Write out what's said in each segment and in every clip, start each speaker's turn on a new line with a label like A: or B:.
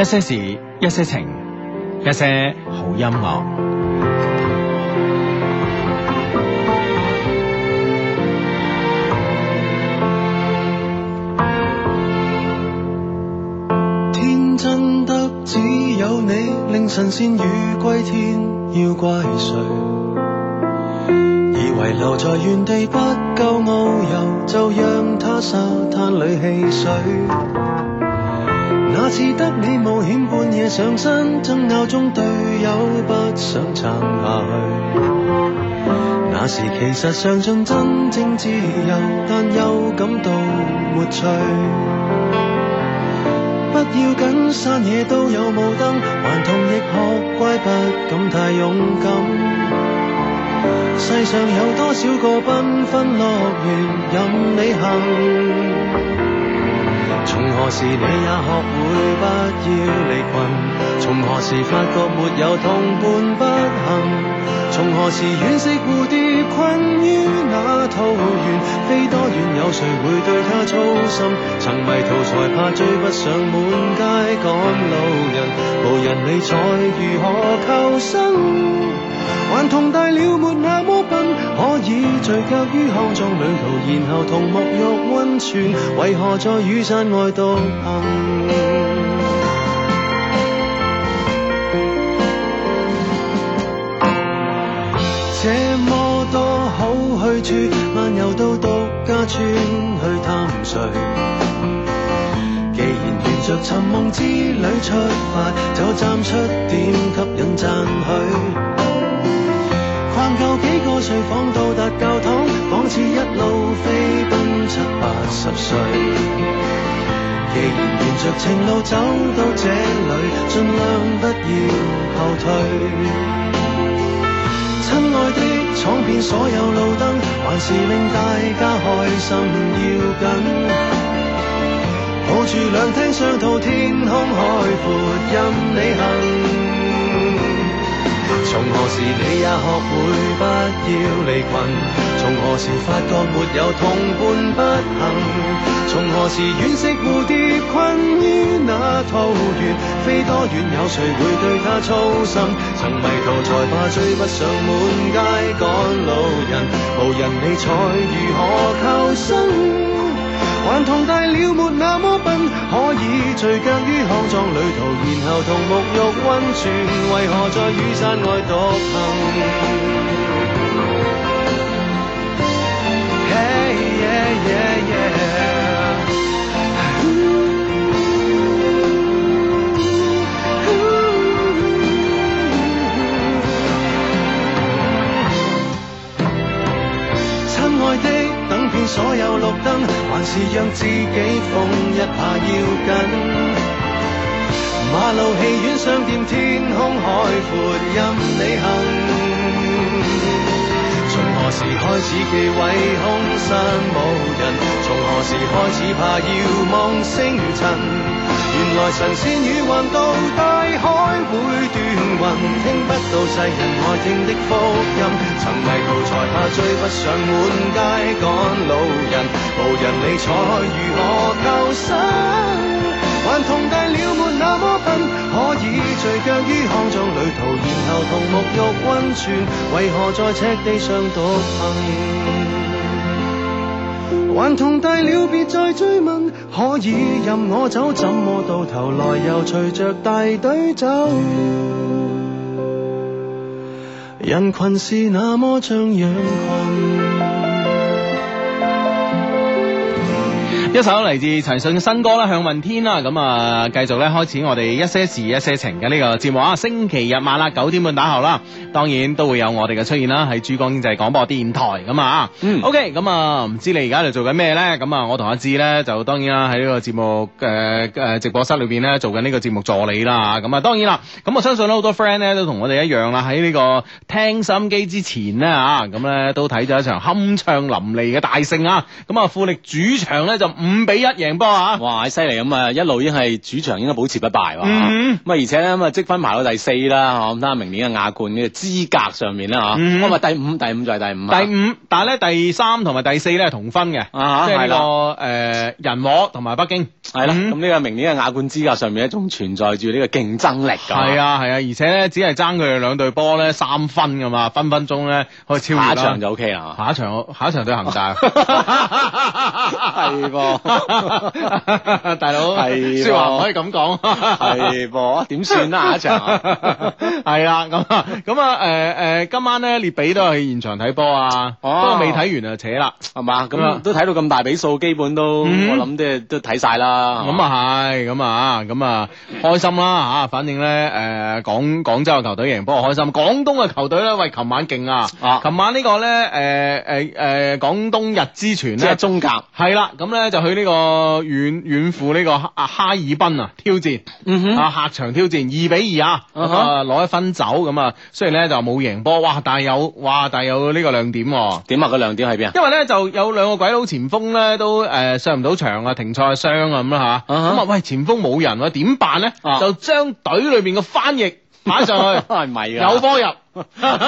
A: 一些事，一些情，一些好音樂。
B: 天真得只有你，令神仙魚歸天，要怪誰？以為留在原地不夠遨遊，就讓它沙灘裏戲水。那次得你冒險半夜上山，爭拗中隊友不想撐下去。那時其實嚐盡真正自由，但又感到沒趣。不要緊，山野都有霧燈，頑童亦學乖，不敢太勇敢。世上有多少個繽紛樂園，任你行。從何時你也學會不要離群？從何時發覺沒有同伴不行？從何時惋惜蝴蝶困於那桃源？飛多遠有誰會對它操心？曾迷途才怕追不上滿街趕路人，無人理睬如何求生？頑童大了沒那麼笨，可以聚腳於康莊旅途，然後同沐浴温泉，為何在雨傘外獨行？這麼多好去處，漫遊到獨家村去探誰？既然沿着尋夢之旅出發，就站出點吸引讚許。逛夠幾個睡房，到達教堂，仿似一路飛奔七八十歲。既然沿着情路走到這裏，盡量不要後退。親愛的，闖遍所有路燈，還是令大家開心要緊。抱住兩廳雙套，天空海闊，任你行。從何時你也學會不要離群？從何時發覺沒有同伴不行？從何時惋惜蝴蝶困於那桃源？飛多遠有誰會對它操心？曾迷途才怕追不上滿街趕路人，無人理睬如何求生？頑童大了沒那麼笨，可以聚腳於康莊旅途，然後同沐浴温泉，為何在雨傘外獨行？Hey, yeah, yeah, yeah. 親愛的，等遍所有綠燈，還是讓自己瘋一下要緊。馬路、戲院、商店、天空、海闊，任你行。從何時開始忌諱空山無人？從何時開始怕遙望星塵？原來神仙魚橫渡大海會斷雲，聽不到世人愛聽的福音。曾迷途才怕追不上滿街趕路人，無人理睬如何求生？頑童大了沒那麼笨，可以聚腳於康莊旅途，然後同沐浴温泉，為何在赤地上獨行？頑童大了，別再追問，可以任我走，怎麼到頭來又隨着大隊走？人群是那麼像羊群。
A: 一首嚟自陳奕迅嘅新歌啦，《向問天》啦，咁啊，繼續咧開始我哋一些事一些情嘅呢個節目啊，星期日晚啦九點半打後啦，當然都會有我哋嘅出現啦，喺珠江經濟廣播電台咁啊，
B: 嗯
A: ，OK，咁啊，唔知你而家喺度做緊咩咧？咁啊，我同阿志咧就當然啦喺呢個節目誒誒、直播室裏邊咧做緊呢個節目助理啦，咁啊，當然啦，咁我相信咧好多 friend 咧都同我哋一樣啦，喺呢個聽心機之前啊咧啊，咁咧都睇咗一場酣暢淋漓嘅大勝啊，咁啊，富力主場咧就。五比一贏波啊！
C: 哇，犀利咁啊！一路已經係主場應該保持不敗喎。
A: 嗯
C: 咁啊，而且咧咁啊，積分排到第四啦，嚇咁睇下明年嘅亞冠嘅資格上面啦，嚇
A: 嗯
C: 咁啊，第五，第五就係第五啊，
A: 第五，但係咧第三同埋第四咧係同分嘅，
C: 啊
A: 即係
C: 係
A: 呢
C: 啦
A: 個誒人和同埋北京。
C: 係啦，
A: 嗯
C: 咁呢個明年嘅亞冠資格上面咧，仲存在住呢個競爭力㗎。
A: 係啊係啊，而且咧只係爭佢哋兩隊波咧三分噶嘛，分分鐘咧可以超越
C: 下
A: 啦
C: 一場就 OK 啊啦。
A: 下一場下一場對恒 大，
C: 係喎
A: 大佬，
C: 係喎
A: 説話唔可以咁講，
C: 係噃，點算啦？下一場啊
A: 係啦，咁啊，咁啊，誒誒，今晚咧列比都係去現場睇波啊，不
C: 哦
A: 過未睇完就扯啦，
C: 係
A: 嗯
C: 嘛？咁都睇到咁大比數，基本都我
A: 嗯
C: 諗即係都睇晒啦。係
A: 咁
C: 嘛
A: 啊係，咁啊咁啊開心啦嚇，反正咧誒廣廣州嘅球隊贏波開心，廣東嘅球隊咧喂，琴晚勁啊，
C: 啊
A: 琴晚呢個咧誒誒誒廣東日之泉
C: 即
A: 咧
C: 係。中甲，
A: 係啦，咁咧就去呢個遠遠赴呢個哈啊哈爾濱啊挑戰，
C: 嗯哼
A: 啊客場挑戰二比二啊，咁
C: 啊哈
A: 啊攞一分走咁啊，雖然咧就冇贏波，哇，但係有哇，但係有呢個亮點喎。
C: 點啊？個亮點 喺邊啊？
A: 因為咧就有兩個鬼佬前鋒咧都誒、呃上唔到場啊，停賽傷啊咁啦吓，咁
C: 啊
A: 啊
C: 哈
A: 喂前鋒冇人啊，點辦咧？
C: 啊
A: 就將隊裏邊嘅翻譯擺
C: 。
A: 上去
C: 係咪啊？
A: 有波入，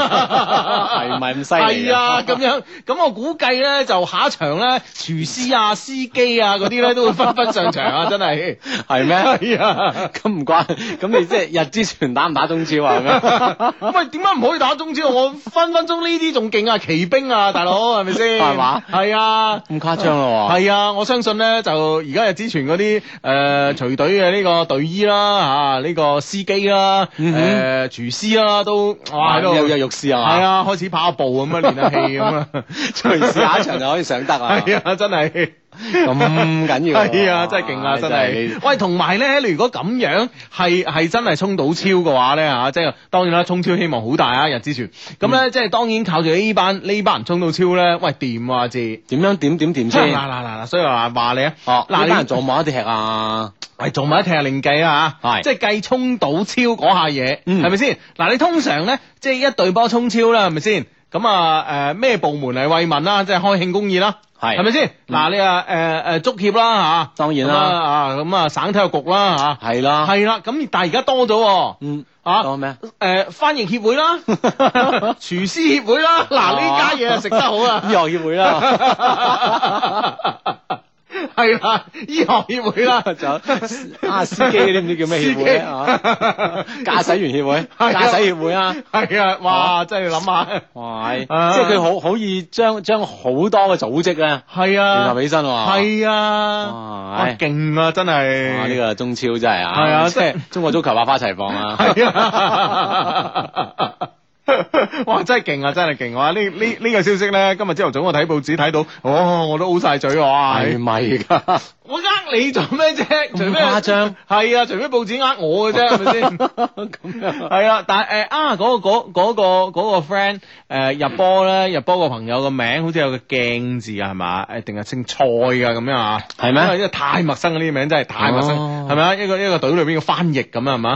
A: 係
C: 咪咁犀利
A: 係
C: 啊
A: 啊，咁樣咁我估計咧，就下一場咧，廚師啊、司機啊嗰啲咧都會紛紛上場啊！真 係
C: 係咩？
A: 係啊，
C: 咁唔關，咁你即係日之前打唔打中超啊？咁 樣
A: 喂，點解唔可以打中超？我分分鐘呢啲仲勁啊，奇兵啊，大佬係咪先？
C: 係嘛？
A: 係啊。
C: 咁誇張咯喎！
A: 係啊，我相信咧就而家日之前嗰啲誒隨隊嘅呢個隊醫啦嚇，啊呢、個司機啦，誒、
C: 嗯哼
A: 廚師啦，都哇喺度
C: 有有肉試啊嘛
A: 係啊，開始跑下步咁啊，練下氣咁啊，
C: 隨時下一場就可以上得啊！哎
A: 係啊，真係。
C: 咁緊要喎
A: 係啊，真係勁啊，真係。喂，同埋咧，你如果咁樣係係真係衝到超嘅話咧嚇，即係當然啦，衝超希望好大啊，日之泉。咁咧，即係當然靠住呢班呢班人衝到超咧，喂掂啊，字。
C: 點樣點點點
A: 嗱嗱
C: 先？
A: 嗱嗱，所以話話你啊，
C: 哦，
A: 嗱
C: 嗱，呢
A: 你
C: 班人做冇一啲吃啊！
A: 喂，做埋一踢係另計啦嚇，
C: 係
A: 即係計衝到超嗰下嘢，
C: 嗯
A: 係咪先？嗱，你通常咧，即係一隊波衝超啦，係咪先？咁啊誒咩部門嚟慰問啦，即係開慶功宴啦，
C: 係
A: 係咪先？嗱，你啊誒誒足協啦嚇，
C: 當嗯然啦
A: 咁啊啊咁啊省體育局啦嚇，
C: 係啦，
A: 係啦，咁但係而家多咗喎。
C: 嗯，
A: 啊
C: 講咩？
A: 誒翻譯協會 啦，廚師協會啦，嗱
C: 哦
A: 呢家嘢啊食得好啊！
C: 醫學協會 啦，
A: 系啦，醫學協會啦，
C: 仲有啊司機嗰啲唔知叫咩協會咧啊，駕駛員協會、
A: 係啊
C: 駕駛協會啊！
A: 係啊，
C: 哦
A: 哇，真係要諗下，
C: 哇，即
A: 啊
C: 係佢好好易將將好多嘅組織咧
A: 係
C: 聯
A: 啊
C: 合，起身喎。
A: 係啊，
C: 哇
A: 哇，勁啊，真
C: 哇！呢
A: 係，
C: 個中超真係啊，
A: 係啊
C: 即係中國足球百花齊放啊！
A: 係啊。 哇！真係勁啊，真係勁啊！呢呢呢個消息咧，今日朝頭早我睇報紙睇到，哦，我都 O 晒嘴哇！
C: 係咪㗎？
A: 我呃你做咩啫？除非
C: 誇張
A: 係啊，除非報紙呃我嘅啫，係咪 先？
C: 咁樣
A: 係啊，但係誒、啊，嗰、個嗰嗰個嗰個 friend 誒、入波咧，入波個朋友個名好似有個鏡字啊，係嘛？誒定係姓蔡㗎咁樣啊？
C: 係咩
A: 因為因為太陌生啊，呢啲名真係太陌生，
C: 哦
A: 係咪啊？一個一個隊裏邊嘅翻譯咁啊，係嘛？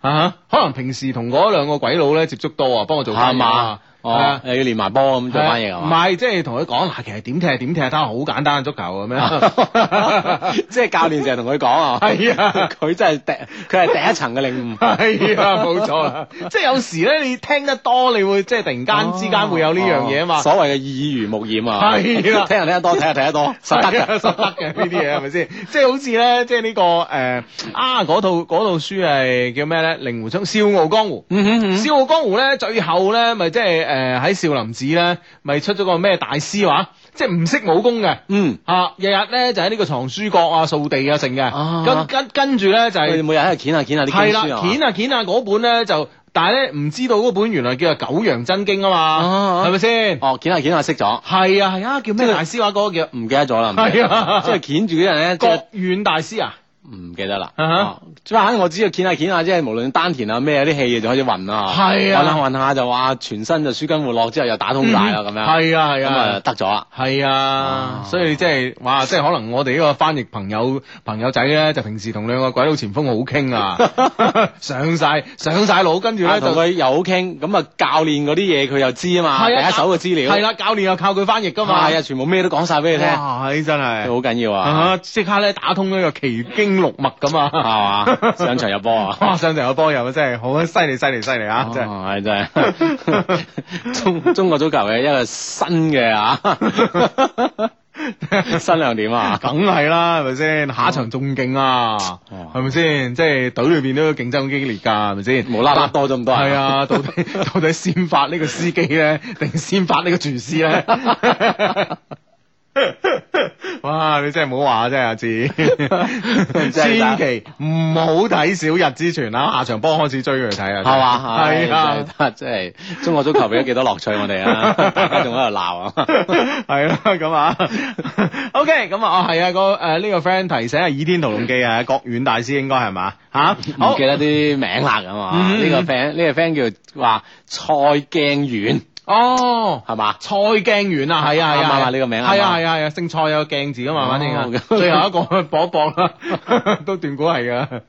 A: 啊哈，可能平時同嗰兩個鬼佬咧接觸多啊，幫我做
C: 係
A: 翻譯啊
C: 嘛？
A: 係啊
C: 哦，又要練埋波咁做翻嘢
A: 係
C: 係
A: 啊
C: 嘛？
A: 唔係，即係同佢講嗱，其實點踢點踢，睇下好簡單嘅足球咁 樣。
C: 即係教練成日同佢講啊，
A: 係啊
C: 佢真係第佢係第一層嘅領悟。
A: 係啊，冇錯啦。即係有時咧，你聽得多，你會即係突然間之間會有呢樣嘢啊嘛。
C: 哦所謂嘅耳濡目染啊，
A: 係啦
C: 聽人聽得多，睇下睇 得多，實得
A: 係
C: 㗎
A: 啊實得嘅呢啲嘢係咪 先？即係好似咧，即係呢個誒啊嗰套嗰套書係叫咩咧？令狐沖《笑傲江湖》。
C: 嗯哼嗯
A: 《笑傲江湖》咧，最後咧，咪即係誒喺少林寺咧，咪出咗個咩大師話，即係唔識武功嘅。
C: 嗯，
A: 啊！日日咧就喺呢個藏書閣啊、掃地啊，成嘅。
C: 啊
A: 跟跟跟住咧就係、
C: 佢每日喺度鉗下鉗下啲
A: 係
C: 經
A: 啦，
C: 書啊
A: 鉗啊鉗啊嗰本咧就，但係咧唔知道嗰本原來叫做《九陽真經》啊嘛，
C: 啊
A: 係咪先？
C: 嘛，哦，鉗下鉗下識咗，
A: 係啊係啊，叫咩大師話嗰個叫
C: 唔記得咗啦，唔記得
A: 係啊
C: 即係鉗住啲人咧，即係
A: 郭遠大師啊，
C: 唔記得啦。
A: 啊哈
C: 啊反正我知道掀下掀下，即係無論丹田啊咩啲氣就開始暈啦。
A: 係啊
C: 暈下暈下就話全身就舒筋活絡，之後又打通晒啦咁樣。
A: 系啊系
C: 咁
A: 啊
C: 啊。得咗啦。
A: 系啊
C: 啊，
A: 所以即係 哇，即係可能我哋呢個翻譯朋友朋友仔咧，就平時同兩個鬼佬前鋒好傾 啊，上晒上晒腦，跟住
C: 啊
A: 咧
C: 同
A: 就
C: 佢又好傾，咁啊教練嗰啲嘢佢又知啊嘛，第
A: 係啊
C: 一手嘅資料
A: 係啦，教練又靠佢翻譯噶嘛，
C: 係啊，全部咩都講晒俾你聽，佢
A: 哇，係真係
C: 好緊要啊，
A: 啊，即刻咧打通呢個奇經六脈咁
C: 係
A: 啊！
C: 嘛，上場入波啊！
A: 哇！上場個波友真係好犀利，犀利，犀利啊！真係
C: 哦係真係 中中國足球嘅一個新嘅啊， 新亮點啊！
A: 梗係啦，係咪先？下一場仲勁啊，
C: 哦
A: 係咪先？即係隊裏邊都競爭好激烈㗎，係咪先？
C: 無啦啦多咗咁多人
A: 係啊，到底 到底先發呢個司機咧，定先發呢個廚師咧？ 哇！你真係唔好話啊真係阿 志，
C: 真係
A: 千祈唔好睇小日之泉啊啦！下場波開始追佢睇啊，
C: 係嘛？
A: 係啊。
C: 唉真係，即係中國足球俾咗幾多樂趣我哋 啊！大家仲喺度鬧啊！
A: 系啦，咁啊 ，OK，咁啊，哦，系啊，個诶呢個 friend 提醒啊，《倚天屠龍記》啊，郭遠大師應該係嘛吓，
C: 唔
A: 好
C: 記得啲名啦咁啊！
A: 嗯
C: 呢個 friend 呢個 friend 叫話蔡鏡遠
A: 哦，
C: 係嘛？
A: 蔡鏡遠啊，係啊，係
C: 啱唔啱
A: 啊，
C: 啊呢個名啱唔啱
A: 係啊，係啊，係啊，姓蔡有個鏡字噶嘛，
C: 哦
A: 反正啊，
C: 咁
A: 最後一個搏一搏啦， 都斷估係噶。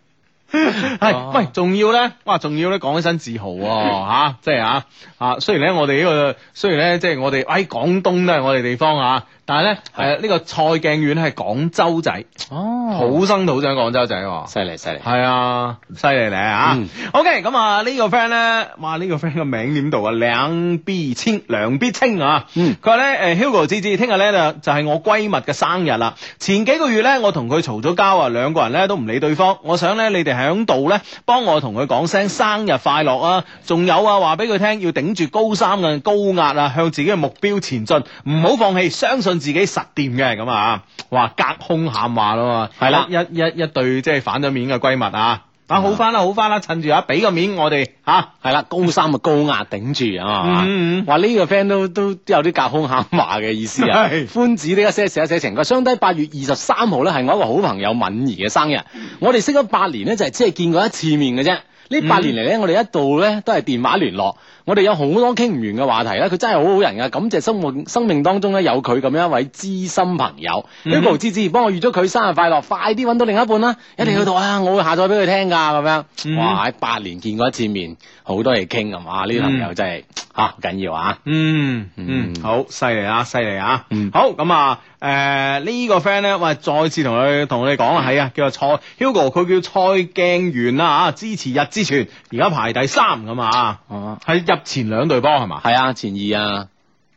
A: 係，
C: 哦
A: 喂，仲要咧，哇，仲要咧，講起身自豪喎、 吓即係吓吓，雖然咧我哋呢、個，雖然咧即係我哋喺廣東都係我哋地方啊，但係咧
C: 係
A: 誒呢個蔡鏡遠係廣州仔。
C: 哦，
A: 土生土長廣州仔
C: 好
A: 喎。
C: 犀利犀利，
A: 係啊，犀利咧啊
C: 嗯
A: ！OK，咁啊呢個 friend 咧，哇呢個 friend 個名點讀啊？兩必清，兩必清啊！
C: 嗯
A: 佢話咧誒 Hugo 芝芝，聽日咧就就係我閨蜜嘅生日啦。前幾個月咧，我同佢嘈咗交啊，兩個人咧都唔理對方。我想咧你哋喺度咧幫我同佢講聲生日快樂啊！仲有啊，話俾佢聽要頂住高三嘅高壓啊，向自己嘅目標前進，唔好放棄，相信自己實掂嘅咁啊！哇，隔空喊話啦嘛，
C: 係啦
A: 一一一一對即係反咗面嘅閨蜜啊！啊，好翻啦，好翻啦，趁住啊，俾個面我哋吓，
C: 係啦，高三嘅高壓頂住啊！係嘛
A: 嗯嗯
C: 哇！呢、個 friend 都都都有啲隔空喊話嘅意 思啊
A: 係！
C: 歡子呢一些事一些情，佢相低八月二十三號咧係我一個好朋友敏儀嘅生日，我哋識咗八年咧就係只係見過一次面嘅啫。
A: 嗯
C: 呢八年嚟咧，我哋一度咧都係電話聯絡，我哋有好多傾唔完嘅話題咧，佢真係好好人噶，感謝生活生命當中咧有佢咁樣一位知心朋友。
A: 嗯
C: Hugo 芝芝，幫我預祝佢生日快樂，快啲揾到另一半啦！一定要到啊，我會下載俾佢聽㗎咁樣。
A: 嗯
C: 哇！喺八年見過一次面，好多嘢傾啊嘛！呢啲朋友真係嚇好緊要啊！
A: 嗯嗯
C: 嗯，
A: 好犀利啊，犀利啊！
C: 嗯
A: 好咁啊，誒、呢、個 friend 咧，喂，再次同佢同你講啦，係啊，叫做蔡 Hugo，佢叫蔡鏡元啦啊，支持日之泉，而家排第三咁啊，
C: 哦，
A: 係入前兩隊波係嘛？
C: 係啊，前二
A: 嗯
C: 啊，啊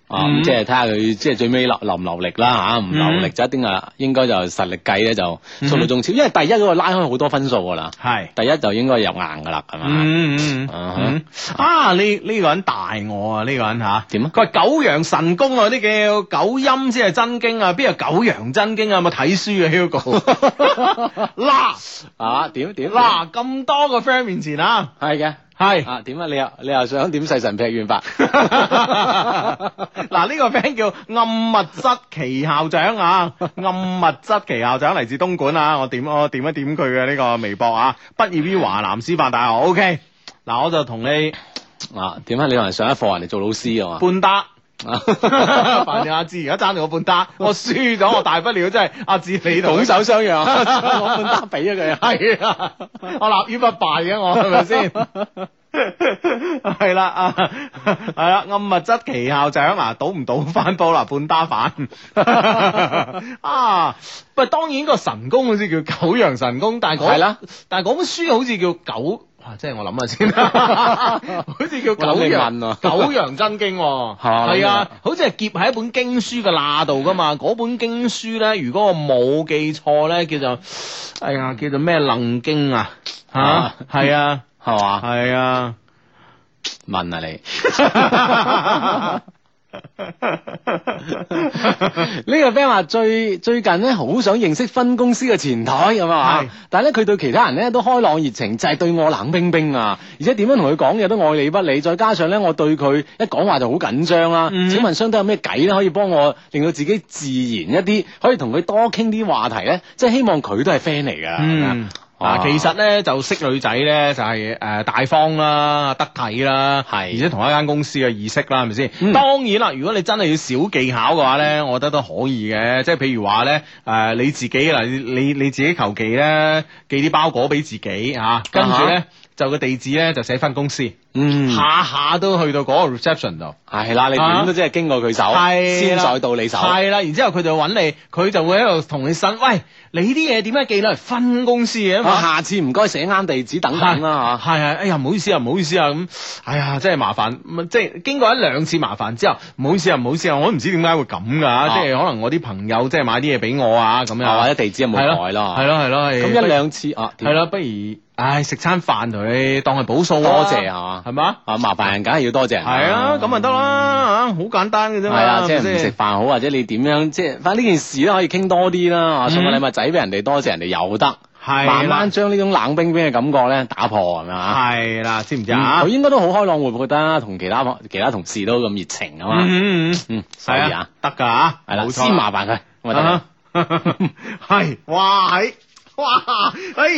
C: 咁即係睇下佢即係最尾留留唔留力啦嚇，唔留力就一定啊，應該就實力計咧就數到中超，因為第一嗰個拉開好多分數㗎啦，
A: 係。
C: 第一就應該入硬㗎啦，啊係嘛？
A: 嗯嗯嗯嗯啊！呢呢個人大我啊，呢個人吓
C: 點啊
A: 佢話九陽神功啊，啲叫九陰先係真經啊，邊有九陽真經啊？有冇睇書啊，Hugo？嗱
C: 啊點點啦，
A: 嗱咁多個 friend 面前啊，
C: 係嘅
A: 係。
C: 啊點啊？你又你又想點細神劈遠法？
A: 嗱，呢個 friend 叫暗物質奇校長啊，暗物質奇校長嚟自東莞啊，我點我點一點佢嘅呢個微博啊，畢業於華南師範大學，OK，嗱我就同你
C: 啊點啊？你話上一課人哋做老師 㗎嘛？
A: 半打。
C: 啊
A: 反正阿志而家爭住我半打，我輸咗，我大不了真係阿志你同
C: 拱手相讓， 我半打俾咗佢啊！
A: 係啊，我立於不敗嘅我係咪 先？係啦，啊，係啦，暗物質奇校長啊，賭唔賭翻波啦，半打反 啊！不過當然個神功好似叫九陽神功，但係嗰
C: 係啦，
A: 但係嗰本書好似叫九，哇！即係我諗下先，好 似叫
C: 我
A: 九
C: 諗你
A: 陽
C: 問啊
A: 九陽真經喎，
C: 係嘛
A: 係啊，好似係夾喺一本經書嘅罅度噶嘛。嗰本經書咧，如果我冇記錯咧，叫做哎呀，叫做咩楞經啊？吓
C: 啊，
A: 係啊，
C: 係嘛？
A: 係啊。
C: 問啊你， 呢個 friend 話最最近咧好想認識分公司嘅前台咁啊
A: 係，
C: 但係咧佢對其他人咧都開朗熱情，就係、對我冷冰冰啊！而且點樣同佢講嘢都愛理不理，再加上咧我對佢一講話就好緊張啦、
A: 嗯
C: 請問相對有咩計咧可以幫我令到自己自然一啲，可以同佢多傾啲話題咧？即係希望佢都係 friend 嚟㗎。
A: 嗯。嗱，
C: 啊
A: 其實咧就識女仔咧就係、誒、大方啦、得體啦，
C: 係
A: 而且同一間公司嘅意識啦，係咪先？
C: 嗯
A: 當然啦，如果你真係要小技巧嘅話咧，我覺得都可以嘅。即係譬如話咧，誒、呃你自己嗱，你你自己求其咧寄啲包裹俾自己嚇、啊跟住咧就個地址咧就寫翻公司，
C: 嗯，
A: 下下都去到嗰個 reception 度。
C: 係啦，你點都即係經過佢手，
A: 係
C: 先
A: 啦
C: 再到你手。
A: 係啦，然之後佢就揾你，佢就會喺度同你呻，喂，你啲嘢點解寄嚟分公司嘅
C: 啊
A: 嘛？
C: 下次唔該寫啱地址等等啦嚇。
A: 係係，哎呀，唔好意思啊，唔好意思啊，咁，哎呀，真係麻煩，咁即係經過一兩次麻煩之後，唔好意思啊，唔好意思啊，我都唔知點解會咁噶，即係可能我啲朋友即係買啲嘢俾我啊，咁
C: 啊或者
A: 樣，
C: 地址有冇
A: 係
C: 改啦？
A: 係咯係咯，
C: 咁一兩次啊，
A: 係咯，不如，唉，食餐飯同你當係補數啊，
C: 多謝係嘛
A: 係嘛？
C: 啊，麻煩人梗係要多謝人啦。
A: 係啊，咁咪得啦，嚇好簡單嘅啫
C: 係
A: 嘛，
C: 啊，即
A: 係咪
C: 係唔食
A: 先
C: 飯好，或者你點樣，即係反正呢件事咧可以傾多啲啦。啊送個
A: 嗯
C: 禮物仔俾人哋，多謝人哋又得，
A: 係啦
C: 慢慢將呢種冷冰冰嘅感覺咧打破，係咪啊？
A: 係啦，知唔知啊
C: 佢？應該都好開朗活潑啦，同其他其他同事都咁熱情啊嘛。
A: 嗯嗯嗯。
C: 嗯，所以
A: 係
C: 啊，，
A: 得噶吓，
C: 係啦，
A: 冇錯
C: 先麻煩佢，咁啊得 啦
A: 系哇喺。哇！哎，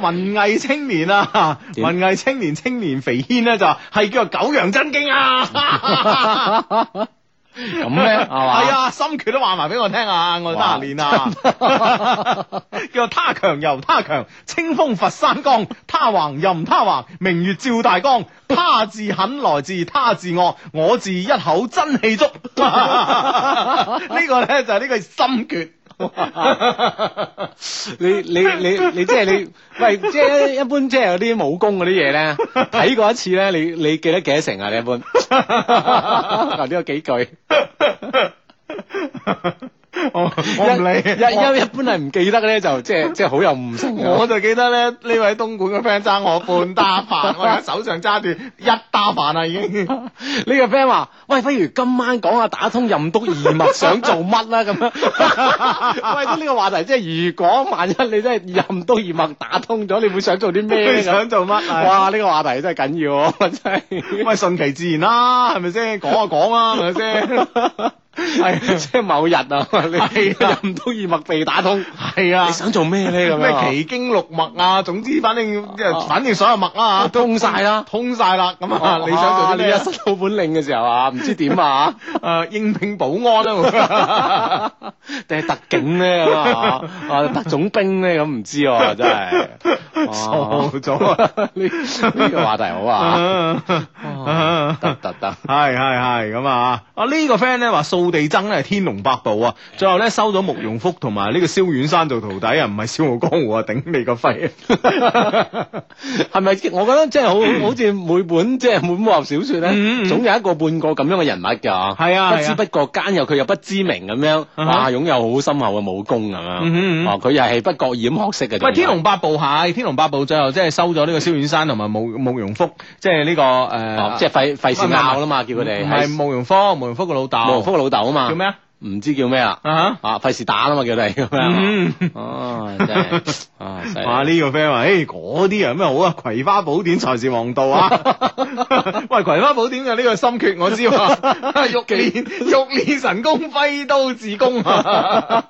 A: 文藝青年啊，
C: 點
A: 文藝青年青年肥軒咧就話係叫做九陽真經 啊，
C: 咁 咧係嘛？
A: 係啊，心訣都話埋俾我聽啊，我得閒練啊， 叫做他強由他強，清風拂山江，他橫任他橫，明月照大江，他自狠來自他自惡，我自一口真氣足， 呢個咧就係呢個心訣。
C: 你你你你即係你，喂，即係一一般即係有啲武功嗰啲 嘢咧，睇過一次咧，你你記得幾多成啊？你一般頭先有幾句，
A: 我我唔理，
C: 一一一一般係唔記得咧，就 即係即係好有悟性
A: 我我
C: 啊！
A: 就記得咧，呢位東莞嘅 friend 爭我半打 飯，我而家手上揸住一打飯啦已 經。
C: 呢個 friend 話：，喂，不如今晚講下打通任督二脈想做乜啦？咁 樣，喂，呢個話題即係如果萬一你真係任督二脈打通咗，你會想做啲咩
A: 你
C: 咁？
A: 想做乜啊？
C: 哇！呢個話題真係緊要喎，真係。
A: 喂，順其自然啦，係咪先？講就講啊 啦，係咪先？
C: 系即系某日啊，你
A: 係啊
C: 任督二脈被打通，
A: 係啊
C: 你。想做咩咧咁
A: 咩
C: 樣？
A: 奇經六脈啊，總之反正即係反正所有脈啦嚇，
C: 通晒啦哦
A: 通晒啦。咁啊，你想做啲
C: 你
A: 咩
C: 一
A: 啊？
C: 身好本領嘅時候啊，唔知點啊，
A: 誒，應聘保安啊 啦。
C: 定係特警咧咁啊，啊特種兵咧咁唔知 喎，真係
A: 傻
C: 哦
A: 咗啊！
C: 呢呢個話題好啊，哦
A: 啊
C: 得得得，
A: 係係係咁啊！啊呢個 friend 咧話掃地僧咧係天龍八部啊，最後咧收咗慕容復同埋呢個蕭遠山做徒弟啊，唔係笑傲江湖啊，頂你個肺！
C: 係咪？我覺得即 係好好似每本即係每本武俠小
A: 嗯
C: 説
A: 嗯
C: 咧，總有一個半個咁樣嘅人物㗎嚇
A: 係啊係啊
C: 不知不覺間又佢又不知名咁樣，
A: 嗯哼
C: 哇！擁有好深厚嘅武功咁樣。
A: 嗯
C: 哦，佢又係不覺意咁學識嘅。
A: 喂，天龍八部係天龍八部，最後即係收咗呢個蕭遠山同埋慕慕容復，即係呢個
C: 哦
A: 誒，
C: 即係費費事拗啦嘛，叫佢哋
A: 啊唔係慕容復，慕容復個老豆，
C: 慕容復嘅老豆啊嘛，
A: 叫咩啊？
C: 唔知叫咩啦，
A: 啊
C: 啊費事打啦嘛，叫佢哋咁
A: 哈
C: 樣。啊
A: 嗯
C: 哦，真係啊，犀利
A: 哇！呢、個 friend 話：，誒嗰啲人咩好啊？葵花寶典才是王道 啊！喂，葵花寶典嘅呢個心訣我 知啊，欲練欲練神功，揮刀自宮啊！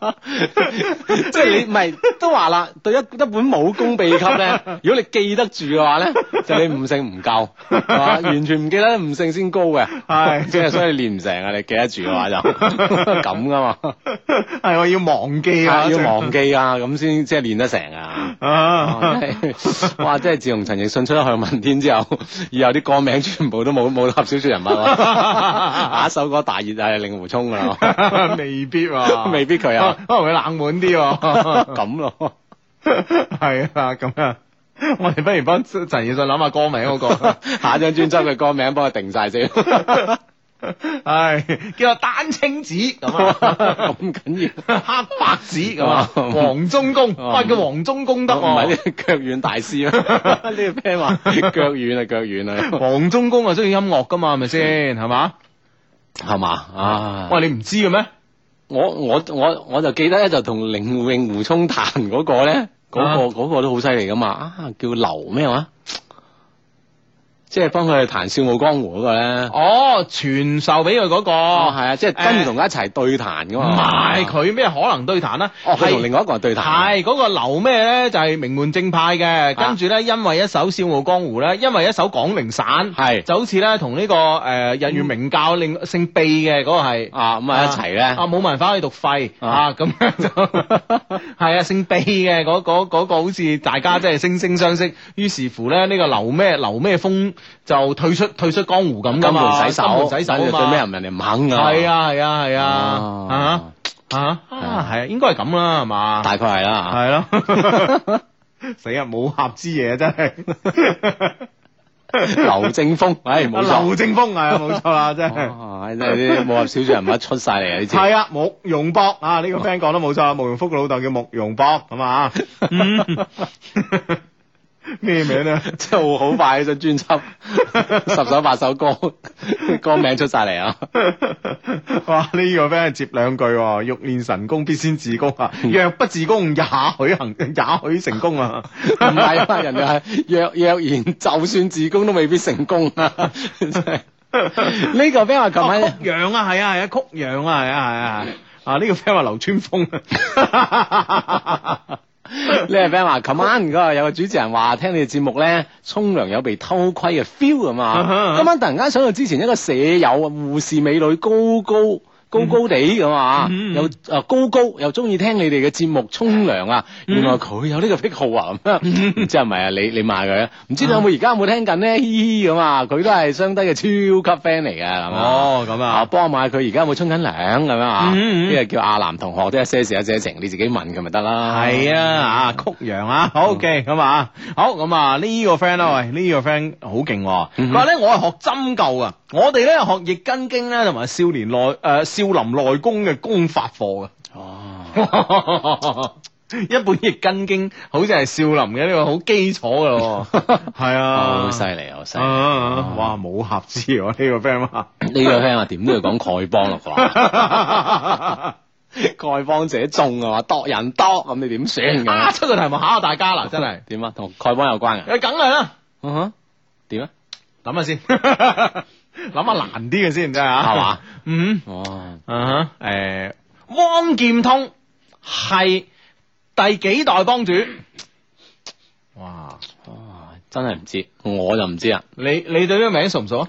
C: 即係 你唔係都話啦，對一一本武功秘 笈咧，如果你記得住嘅話咧，就你悟性唔夠，係嘛 完全唔記得悟性先高嘅，
A: 係
C: 即係所以練唔成啊！你記得住 嘅話就咁噶嘛，
A: 係我要忘記啊！
C: 要忘記啊，咁先即係練得成啊。
A: 啊！
C: 哇！真係自從陳奕迅出咗《向問天》之後， 以後啲歌名全部都冇 冇合小説人 物啦。下一首歌大熱就係令狐沖噶啦，
A: 未必喎，
C: 未必佢 啊，
A: 可能會冷門啲喎。
C: 咁咯。
A: 係啊，咁啊，我哋不如幫陳奕迅諗下歌名嗰個。
C: 下一張專輯嘅歌名幫佢定晒先，
A: 唉，叫做丹青子咁啊，
C: 咁緊
A: 黑白子咁啊，
C: 哦
A: 黃忠公，
C: 哦
A: 哇叫黃忠公得
C: 要。唔係
A: 喎，
C: 啲腳軟大師咩？ 呢 個 friend 話腳軟啊，腳軟啊。
A: 黃忠公啊中意音樂噶嘛，係咪先係嘛？
C: 係嘛啊？
A: 喂，你唔知嘅咩？
C: 我我我我就記得咧，就同凌永湖沖潭嗰個咧，嗰、
A: 啊
C: 個嗰個都好犀利噶嘛，啊叫劉咩話？即係幫佢彈《笑傲江湖》嗰個咧，
A: 哦，傳授俾佢嗰個，
C: 嗯哦係啊，即係跟
A: 誒
C: 住同佢一齊對彈噶
A: 唔
C: 嘛，
A: 係，佢咩可能對談啦？啊
C: 哦佢同
A: 係
C: 另外一個人對啊彈，
A: 係嗰個劉咩咧，就係名門正派嘅，跟住咧因為一首《笑傲江湖》咧，因為一首《廣陵散》，
C: 係
A: 就好似咧同呢個誒日月明教另姓秘嘅嗰個係。
C: 啊咁啊一齊咧，
A: 啊冇文化可以讀廢
C: 啊
A: 啊咁樣就 係啊姓秘嘅嗰嗰嗰個好似大家真係惺惺相惜，於是乎咧呢個劉咩劉咩風就退出退出江湖咁
C: 金
A: 噶
C: 盆
A: 嘛，
C: 洗手，
A: 金盆洗手
C: 跟
A: 啊
C: 住
A: 嘛
C: 對咩人人哋唔肯㗎，
A: 係啊係啊係
C: 哦
A: 啊啊啊係啊應該係咁啦係嘛，
C: 大概係啦，
A: 係 咯死啊武俠之嘢真係。
C: 劉正風，唉冇錯，哦
A: 劉正風係啊，冇錯啦，真係。
C: 哇真係啲武俠小說人物出晒嚟啊呢次，
A: 係啊，慕容博啊，
C: 哦
A: 呢、個 friend 講得冇錯，慕容福嘅老豆叫慕容博，咁啊，
C: 嗯
A: 咩名啊？
C: 真係好快呢張專輯， 十首八首歌， 歌名出晒嚟啊！
A: 哇！呢、個 friend 接兩句、喎，欲練神功，必先自宮啊！
C: 嗯
A: 若不自宮，也許行，也許成功啊！
C: 唔係啊，人哋係若若然就算自宮都未必成功啊！ 真係呢個 friend 話 琴
A: 哦
C: 晚
A: 曲陽啊，係啊，係啊，曲陽啊，係啊，係啊，係啊啊！呢、個 friend 話流川啊 楓。
C: 呢個 friend 話啊琴晚嗰個有個主持人話聽你哋節目咧，沖涼有被偷窺嘅 feel 啊
A: 啊哈啊哈！
C: 嘛今晚突然間想到之前一個舍友啊，護士美女高高。高高地咁啊，
A: 嗯
C: 又啊高高又中意聽你哋嘅節目沖涼啊，
A: 嗯
C: 原來佢有呢個癖好 啊咁樣，唔知係咪啊？你你買佢啊？唔知你有冇而家有冇聽緊咧？嘻嘻咁啊，佢都係雙低嘅超級 friend 嚟嘅，係嘛？
A: 哦，咁
C: 啊，幫埋佢而家有冇沖緊涼咁樣啊？
A: 嗯嗯嗯
C: 呢個叫阿南同學都一些事一些情，你自己問佢咪得啦。
A: 系啊，啊曲陽
C: 嗯
A: 啊好，OK 咁啊，好咁啊呢個 friend 啦，喂呢個 friend 好勁喎，
C: 嗯
A: 佢
C: 哼
A: 話咧我係學針灸啊，我哋咧學易筋經咧同埋少年內诶少林內功嘅 功法課
C: 哦，
A: 嘅，一本易筋經好似係少林嘅呢個好基礎嘅咯 喎，係啊，
C: 哦好犀利，好犀
A: 啊
C: 利！
A: 啊啊哇武俠之喎呢個 friend 話。
C: 呢個 friend 啊，點都要講丐幫啊啦啩？ 丐幫者眾啊嘛，度人多，咁你點算
A: 啊！
C: 㗎？
A: 出個題目考下大家啦，真係，
C: 點啊？同丐幫有關啊？
A: 誒梗係啦。
C: 嗯哼，點啊？
A: 諗下先， 諗下難啲嘅先，真係啊，
C: 係嘛？
A: 嗯，
C: 哦，
A: 啊哈，誒，汪劍通係第幾代幫主？哇！
C: 哇哦真係唔知，我就唔知啊。
A: 你你對呢個名熟唔熟啊？